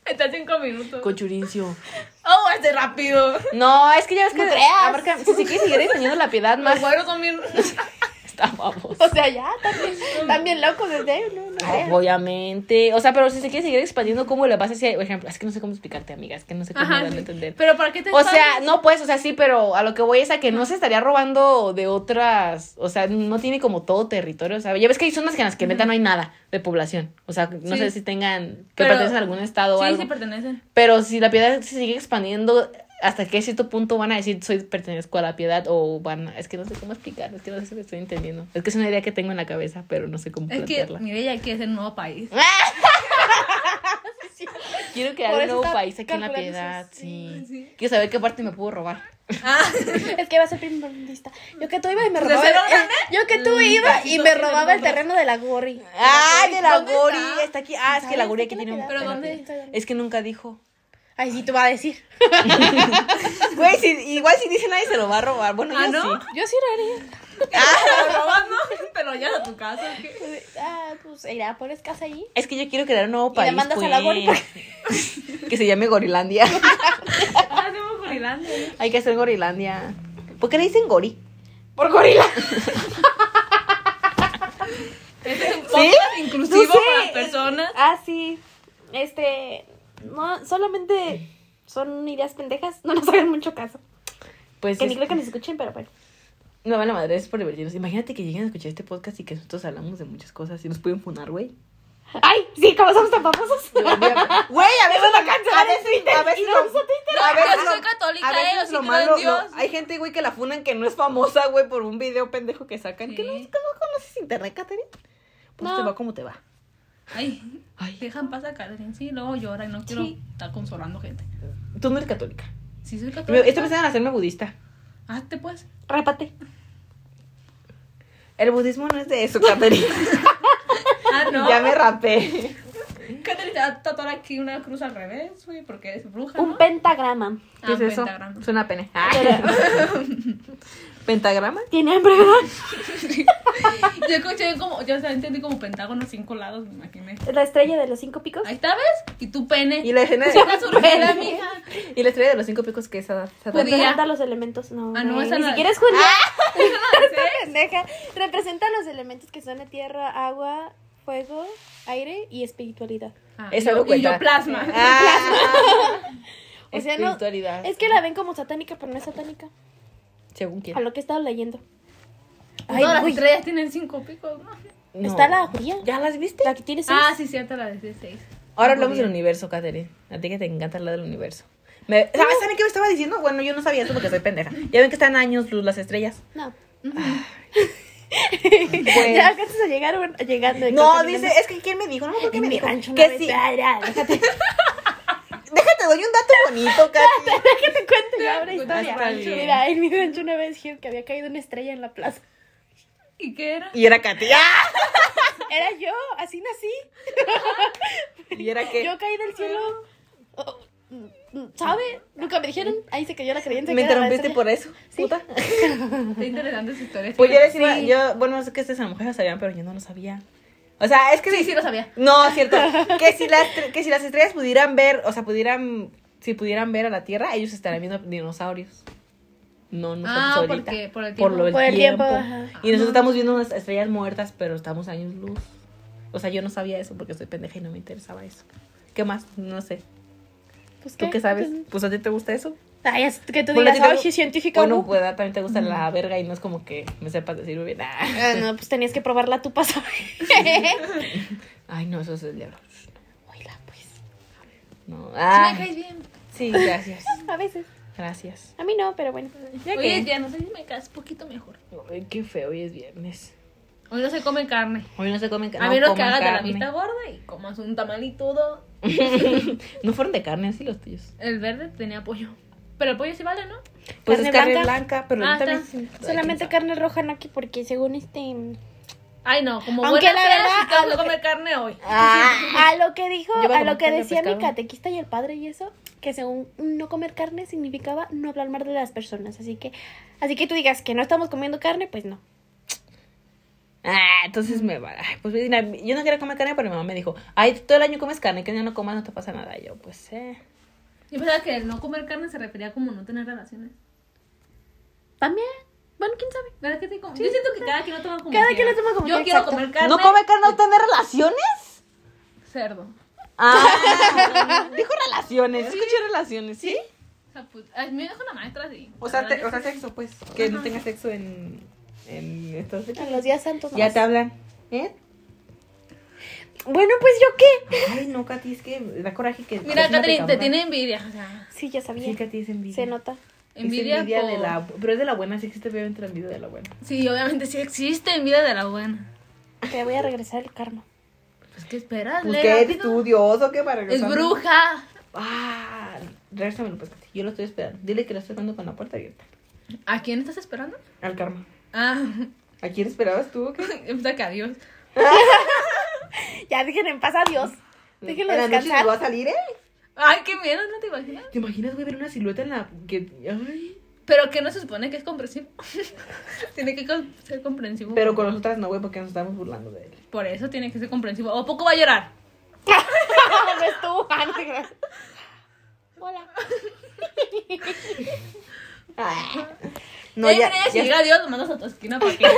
Está a cinco minutos. con Churincio. Oh, este rápido. No, es que ya ves que No creas. abarca- si se quiere seguir expandiendo la piedad Los más güeros son bien. está vamos. O sea, ya, también, también locos desde ahí, no, no creas. Obviamente, o sea, pero si se quiere seguir expandiendo, ¿cómo le vas a hacer? Por ejemplo, es que no sé cómo explicarte, amiga, es que no sé cómo Ajá. darle a sí. entender. Pero ¿para qué te O sea, sabes? no pues, o sea, sí, pero a lo que voy es a que no se estaría robando de otras, o sea, no tiene como todo territorio, o sea, ya ves que hay zonas que en las que neta no hay nada de población, o sea, no Sí. sé si tengan, que Pero- pertenecen a algún estado o Sí, algo. sí pertenecen. Pero si la piedad se sigue expandiendo, ¿hasta qué cierto punto van a decir soy pertenezco a la piedad? O van a- Es que no sé cómo explicar, es que no sé si me estoy entendiendo. Es que es una idea que tengo en la cabeza, pero no sé cómo Es que plantearla. mi bella quiere ser un nuevo país. Ah, Quiero crear Por un eso nuevo está país aquí en la calculando piedad, sus- sí. sí. Quiero saber qué parte me puedo robar. Ah, Es que iba a ser primordialista. Yo que tú iba y me ¿De robaba. cero el- grande? yo que tú iba y casito me en el robaba el mundo. terreno de la Gorri. ¡Ay, de la ¿Dónde Gori! está? Está aquí. Ah, es que la Gori aquí ¿Está tiene un. aquí la piedad? ¿Pero penalti. dónde? Es que nunca dijo. Ay, sí, tú vas a decir. Güey, si, igual si dice nadie se lo va a robar. Bueno, ¿Ah, yo no? sí. Yo sí lo haría. te lo robas, ¿no? Te lo llevas a tu casa. ¿o qué? Ah, pues irá, pones casa allí. Es que yo quiero crear un nuevo Y le país. mandas a la Gori pues, que se llame Gorilandia. Ah, hacemos Gorilandia. Hay que hacer Gorilandia. ¿Por qué le dicen Gori? Por gorila. Este es un ¿Sí? podcast inclusivo No sé. para las personas. Ah, sí. Este. No, solamente son ideas pendejas. No nos hagan mucho caso. Pues Que ni es- creo que nos escuchen, pero bueno. no vale madre, es por divertirnos. Imagínate que lleguen a escuchar este podcast y que nosotros hablamos de muchas cosas y nos pueden funar, güey. Ay, sí, como somos tan famosos. Güey, a veces la canción. A veces, a veces, y no uso lo, a veces Yo lo- soy católica, a veces eh, así lo que malo- no en Dios. no, hay gente, güey, que la funan que no es famosa, güey, por un video pendejo que sacan. Que no, Sí. que no conoces internet, Katherine. Pues No. te va como te va. Ay, dejan pasar a Catherine, sí, luego llora y no quiero Sí. estar consolando gente. Tú no eres católica. Sí, soy Me- católica. Esto empezaron a hacerme budista. Hazte pues. Répate. El budismo no es de eso, Katherine. Ah, no. Ya me rapé. Catherine te va a tatuar aquí una cruz al revés, güey, porque es bruja. Un ¿no? pentagrama. Ah, ¿Qué es un eso? pentagrama. Es una pene. Ah. Pero- ¿Pentagrama? Tiene hambre, ¿verdad? Yo escuché como, yo también entendí como pentágono cinco lados, me imaginé. La estrella de los cinco picos. Ahí está, ¿ves? Y tu pene. Y la escena de, Sí, la surgida, Pene. mija. y la estrella de los cinco picos que es Adán. Satán. Pues- Representa los elementos. No, Ah, no, güey, esa Ah, ni no- siquiera es Julián. Eso no lo sé. Pendeja. Representa los elementos que son la tierra, agua, fuego, aire y espiritualidad. Ah, y Eso yo- no y yo cuenta. plasma. Ah, O sea, no- espiritualidad. Es que la ven como satánica, pero no es satánica. Según A quién. lo que he estado leyendo. Ay, Todas las güey, estrellas tienen cinco picos, ¿no? No. Está la judía. ¿Ya las viste? La que tiene seis. Ah, sí, cierto, la de seis. Ahora hablamos del universo, Katherine. A ti que te encanta hablar del universo. Me- ¿Sabes también qué me estaba diciendo? Bueno, yo no sabía eso porque soy pendeja. Ya ven que están años luz las estrellas. No. Pues- ya alcanzas a llegar bueno, llegando. No, dice, es que ¿quién me dijo? No, ¿por qué En me mi dijo? rancho una Que vez- sí. Ay, ay, déjate, Déjate, doy un dato bonito, Katherine. déjate cuento yo ahora Pues Cuenta historia. tu rancho. Mira, en mi rancho una vez dijeron que había caído una estrella en la plaza. ¿Y qué era? Y era Katy. ¡Ah! Era yo, así nací. Y era que... Yo caí del cielo. Oh, mm, ¿Sabe? Nunca me dijeron. Ahí se cayó la creencia. Me interrumpiste por eso, Sí. puta. Está interesante esa historia. Pues yo sí. decía, yo, bueno, es que estas mujeres lo sabían, pero yo no lo sabía. O sea, es que Sí, sí, lo sabía. No, es cierto. Que si, las, que si las estrellas pudieran ver, o sea, pudieran, si pudieran ver a la Tierra, ellos estarían viendo dinosaurios. No, no Ah, somos porque- ahorita. por el tiempo. lo del Por el tiempo. tiempo, ajá. Y nosotros estamos viendo unas estrellas muertas, pero estamos años luz. O sea, yo no sabía eso porque soy pendeja y no me interesaba eso. ¿Qué más? No sé. Pues, ¿Tú qué sabes? Pues a ti te gusta eso. Ay, es que tú Bueno, a ti digas, te ay, gu- sí, científica. Bueno, uh". pues ah, también te gusta la verga y no es como que me sepas decir bien. ah. Ah, no, pues tenías que probarla tú para saber. Ay, no, eso es el diablo. Oíla, pues. No. Sí, me Ah, caes bien. sí, gracias. A veces. Gracias. A mí no, pero bueno. Oye, ya no sé si me caes poquito mejor. Ay, qué feo, hoy es viernes. Hoy no se come carne. Hoy no se comen A menos que hagas de la vista gorda y comas un tamal y todo. No fueron de carne, así los tuyos. El verde tenía pollo. Pero el pollo sí vale, ¿no? Pues Carne es carne blanca. blanca, pero Ah, yo también. está. siento- Solamente Ay, quién carne roja, no aquí, porque según este. Ay, no, como Aunque buena la fea, verdad, sí tengo a lo que comer carne hoy. Ah, A lo que dijo, Yo voy a a lo comer que carne de decía mi pescado. catequista y el padre y eso, que según no comer carne significaba no hablar mal de las personas. Así que, así que tú digas que no estamos comiendo carne, pues no. sabe. Ah, entonces me va. ay, Pues mira, yo no quería comer carne, pero mi mamá me dijo: Ay, tú todo el año comes carne, que ya no comas, no te pasa nada. Y yo, pues, eh. Yo pensaba que el no comer carne se refería como no tener relaciones. También. Bueno, quién sabe. ¿Verdad que te com- Yo siento que cada quien lo toma como Cada quiera. quien lo toma como Yo quiera, quiero exacto. comer carne. ¿No come carne, no tener relaciones? Cerdo. Ah, dijo relaciones. Yo escuché relaciones, ¿sí? O sea, pues, ay, me dijo una maestra así. O sea, te- o sea, Realmente. sexo, pues. Que no tengas sexo en, en estos A los días santos. Ya pues. nomás. te hablan. ¿Eh? Bueno, pues yo qué. Ay, no, Katy, es que da coraje que. Mira, es una Catherine, te pecadora. tiene envidia. O sea, Sí, ya sabía. Sí, Katy es envidia. Se nota. Es envidia, envidia de por- la. Pero es de la buena, sí existe obviamente la envidia de la buena. Sí, obviamente sí existe envidia de la buena. Te voy a regresar el karma. Pues, ¿qué esperas? Pues Lee qué rápido. estudioso, qué para Es bruja. Ah, regrésamelo, pues, Katy. Yo lo estoy esperando. Dile que lo estoy esperando con la puerta abierta. ¿A quién estás esperando? Al karma. Ah, pues ¿A quién esperabas tú? o qué? puta que adiós. Ya dejen en paz a Dios. Déjenlo En la noche se va descansar. a salir, ¿eh? Ay, qué miedo, ¿no te imaginas? ¿Te imaginas, güey, ver una silueta en la. que. Ay. Pero que no se supone que es comprensivo. tiene que con- ser comprensivo. Pero con nosotras no, güey, porque nos estamos burlando de él. Por eso tiene que ser comprensivo. ¿O poco va a llorar? No es tú, Ana. Hola. Ah. No, ya, ya, Eh, si llega Dios, lo mandas a tu esquina para que... Esa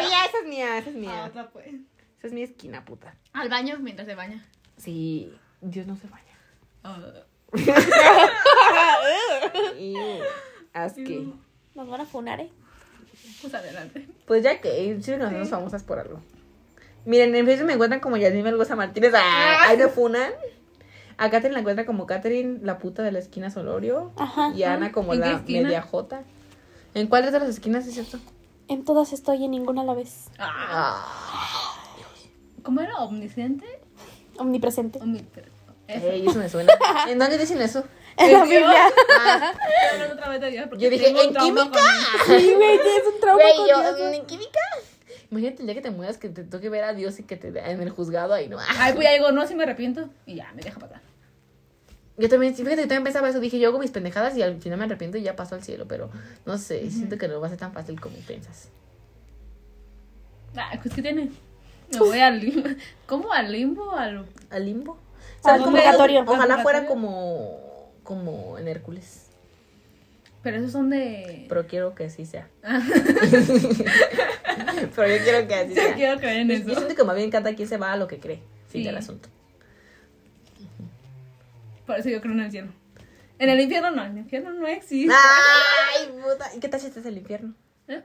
es mía, esa es mía, esa es A mía. otra, pues. Esa es mi esquina, puta. Al baño mientras se baña. Sí, Dios no se baña. Ah. Y haz que. Nos van a funar, ¿eh? pues adelante. Pues ya que sí nos hacemos famosas por algo. Miren, en Facebook me encuentran como Yasmín Melgoza Martínez. ¡Ah! Ahí me funan. A Katherine la encuentran como Katherine, la puta de la esquina Solorio. Ajá. Y a Ana como ¿En qué la esquina? media J. ¿En cuál de las esquinas es cierto? En todas estoy y en ninguna a la vez. Ah. Ah. ¿Cómo era? ¿Omnisciente? Omnipresente. Omni- Eso. Ey, eso me suena. ¿En dónde dicen eso? En la Dios. Biblia. Ah, Estoy hablando otra vez de Dios porque yo dije, tengo un ¿en trauma química? con- Sí, güey, es un trauma Güey, con yo, Dios. ¿en química? Imagínate el día que te mueras que te toque ver a Dios y que te en el juzgado ahí, ¿no? Ah. Ay, pues ya digo, no, si me arrepiento. Y ya, me deja para atrás. Yo también, sí, fíjate, yo también pensaba eso. Dije, yo hago mis pendejadas y al final me arrepiento y ya paso al cielo. Pero no sé, siento que no va a ser tan fácil como piensas. Ah, pues, ¿qué tiene? Me voy al limbo. ¿Cómo? ¿Al limbo? ¿Al ¿Al limbo? ¿Sabes cómo purgatorio. Ojalá Purgatorio. fuera como, como en Hércules. Pero esos son de. Pero quiero que así sea. Ah. pero yo quiero que así Yo sea. quiero creer en Yo eso. siento que más bien cada quien se va a lo que cree. Fin Sí. del asunto. Por eso yo creo en el cielo. En el infierno no, en el infierno no existe. Ah. ¡Ay, puta! ¿Y qué tal si este es el infierno? ¿Eh?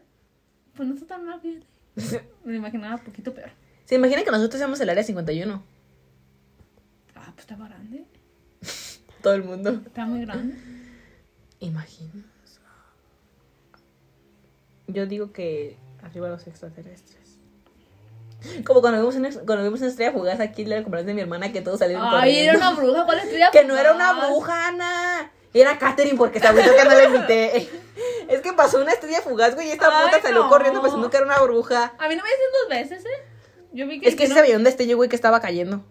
Pues no está tan mal, fíjate. Me lo imaginaba un poquito peor. Se imagina que nosotros seamos el área 51. Ah, pues estaba grande. Todo el mundo. Está muy grande. Imagina. Yo digo que arriba los extraterrestres. Como cuando vimos una, cuando vimos una estrella fugaz aquí, le compré de mi hermana que todos salieron Ay, era corriendo. una bruja. ¿Cuál estrella? Que no era una fugaz? bruja, Ana. Era Katherine porque se agüitó que no la invité. Es que pasó una estrella fugaz, güey, y esta Ay, puta salió no. corriendo pensando que era una bruja. A mí no me dicen dos veces, ¿eh? Yo vi que. Es que sí no- se veía un destello, güey, que estaba cayendo.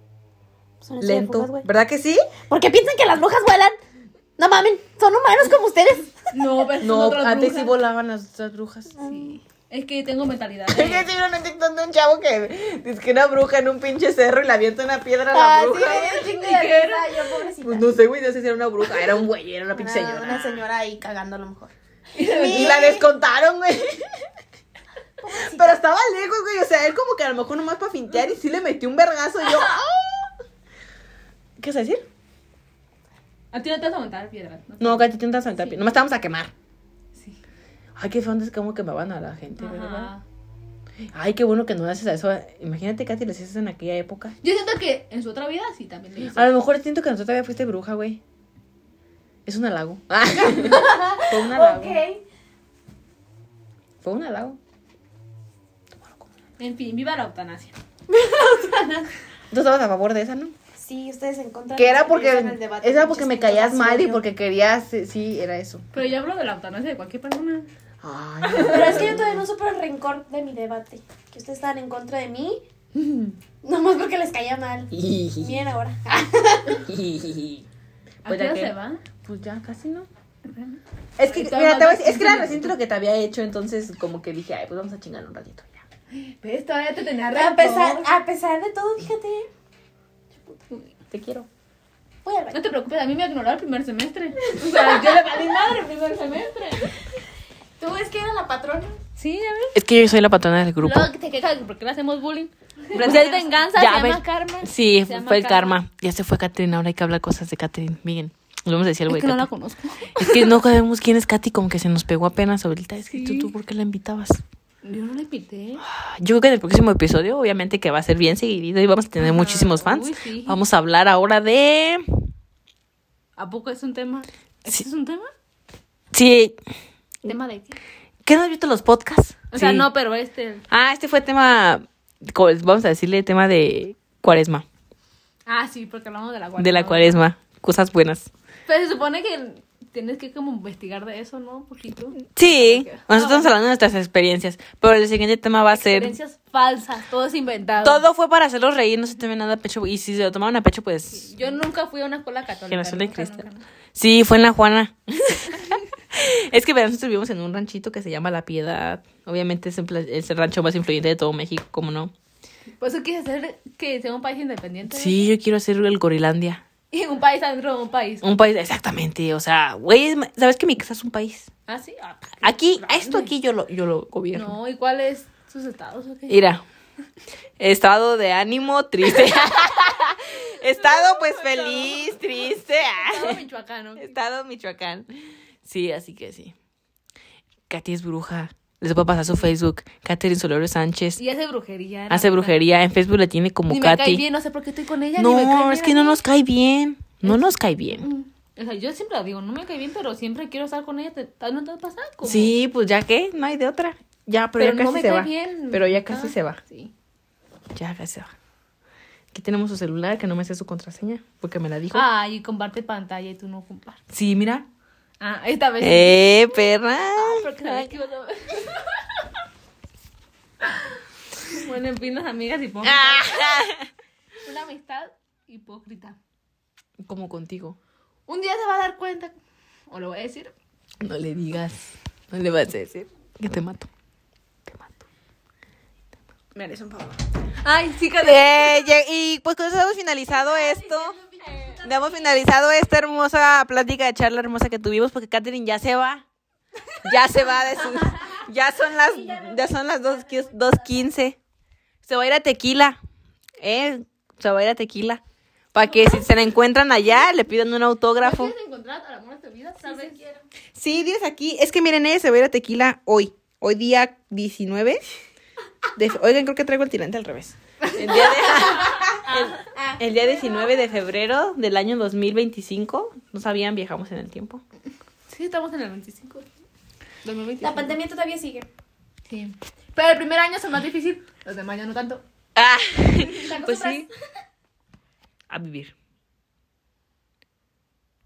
Son estrellas Lento. fugaz, güey. ¿Verdad que sí? ¿Por qué piensan que las brujas vuelan? No mamen, son humanos como ustedes. No, pero No, antes sí sí volaban las otras brujas. Sí. Es que tengo mentalidad. Es de- que vieron un TikTok de un chavo que dice que una bruja en un pinche cerro y le avienta una piedra a Ah, la bruja. es un chingo de risa, yo pobrecita. Pues no sé, güey, no sé si era una bruja, era un güey, era una pinche Una, señora. una señora ahí cagando a lo mejor. Y la descontaron, güey. Pero estaba lejos, güey. O sea, él como que a lo mejor nomás para fintear y sí le metió un vergazo. Y yo, ¡ah! ¿qué vas a decir? A ti no te vas a montar piedras, ¿no? No, Katy, te intentas saltar. No Nomás estábamos a quemar. Sí. Ay, qué feo, antes como que me van a la gente, ¿verdad? Ajá. Ay, qué bueno que no haces a eso. Imagínate, Katy, lo hiciste en aquella época. Yo siento que en su otra vida sí también le hizo. A lo mejor siento que nosotros todavía fuiste bruja, güey. Es un halago. Ah. Fue un halago. Fue un halago. En fin, viva la eutanasia. Tú estabas a favor de esa, ¿no? Sí, ustedes en contra. Que de era los porque. que empiezan el debate, Era pinches porque me putos caías mal y basura. porque querías. eh, Sí, era eso. Pero yo hablo de la eutanasia de cualquier persona. Ay. Pero es que yo todavía no supero el rencor de mi debate. Que ustedes estaban en contra de mí. Nomás porque les caía mal. Miren ahora. ¿A Pues qué ya hora que- se va? Pues ya casi no. Es que, Ahorita mira, te voy a decir, mandas es que era un- reciente lo que te había hecho, entonces como que dije, ay, pues vamos a chingar un ratito ya. Pero todavía te tenía A pesar, a pesar de todo, fíjate. Te quiero. Voy al baño. No te preocupes, a mí me ignoró el primer semestre. O sea, yo le valí madre el primer semestre. ¿Tú ves que era la patrona? Sí, ya ves. Es que yo soy la patrona del Luego que te quejas porque le hacemos bullying. Si Pues es venganza, Ya se llama ves. karma. Sí, Se llama fue el karma. Ya se fue Catherine, ahora hay que hablar cosas de Catherine. Miren, lo vamos a decir al Es güey. que no la Catherine. conozco. Es que no sabemos quién es Katy, como que se nos pegó apenas ahorita. Es que tú, Sí. tú, ¿por qué la invitabas? Ah, Yo no la invité. Yo creo que en el próximo episodio, obviamente que va a ser bien seguido y vamos a tener muchísimos fans. uy, sí. Vamos a hablar ahora de... ¿A poco es un tema? ¿Este es un tema? Sí, ¿Tema de qué? ¿qué no has visto los podcasts? O sea, Sí. no, pero este. Ah, este fue tema, co- vamos a decirle tema de cuaresma, Ah, sí, porque hablamos de la cuaresma. de la cuaresma, cosas buenas. Pero se supone que tienes que como investigar de eso, ¿no? Un poquito. Sí, Ok. nosotros estamos hablando de nuestras experiencias, pero el siguiente tema va a ser... Experiencias falsas, todo es inventado. Todo fue para hacerlos reír, no se tomen nada a pecho, y si se lo tomaron a pecho, pues... Yo nunca fui a una escuela católica. Generación de nunca, Cristo. nunca, nunca. Sí, fue en La Juana. es que verán, nosotros vivimos en un ranchito que se llama La Piedad. Obviamente es, el pla- es el rancho más influyente de todo México, ¿cómo no? Por eso quise hacer que sea un país independiente. Sí, yo quiero hacer el Gorilandia. Y un país adentro de un país. Un país, exactamente. O sea, güey, es ma- ¿sabes que mi casa es un país? ¿Ah, sí? Ah, Aquí, a esto aquí yo lo, yo lo gobierno. no, ¿y cuáles sus estados? o qué? Mira, estado de ánimo triste. estado pues feliz, triste. Estado michoacano. Estado Michoacán. Sí, así que sí. Katy es bruja. Les voy a pasar su Facebook. Catherine Solorio Sánchez. Y hace brujería. la Hace neta. brujería. En Facebook la tiene como Ni me cae Katy. bien, no sé por qué estoy con ella. ni me cae No, bien es que no a mí. nos cae bien. No nos cae bien. O sea, yo siempre la digo, no me cae bien, pero siempre quiero estar con ella. ¿Te, te- ¿No te va a pasar? Como- Sí, pues ya que, no hay de otra. Ya, pero, Pero ya no casi me se cae va. bien. Pero ya casi Ah, se va. Sí. Ya casi se va. Aquí tenemos su celular, que no me sé su contraseña, porque me la dijo. Ah, y comparte pantalla y tú no compartes. Sí, mira. Ah, esta vez. Ah, ¡Eh, perra! Porque sabes que ibas a- bueno, en fin, las amigas hipócritas. Ah. Una amistad hipócrita. Como contigo. Un día se va a dar cuenta, o lo voy a decir, No le digas. No le vas a decir que te mato. Te mato. Me haré un favor. Ay, sí, Eh, ya- y pues con eso hemos finalizado esto. Hemos finalizado esta hermosa plática de charla hermosa que tuvimos porque Katherine ya se va. Ya se va de sus. Ya son las, ya son las dos qui- 2.15. Se va a ir a tequila. ¿Eh? Se va a ir a tequila. Para que si se la encuentran allá, le pidan un autógrafo. ¿Quieres encontrar al amor de tu vida? Tal vez quiero. Sí, diles aquí. Es que miren, ella se va a ir a tequila hoy. Hoy día 19. de- oigan, creo que traigo el tirante al revés. El día, de- el- el día 19 de febrero del año 2025. No sabían, viajamos en el tiempo. Sí, estamos en el 25. 2025. La pandemia todavía sigue. Sí. Pero el primer año es el más difícil, los demás ya no tanto. Ah, Sacó pues su sí. A vivir.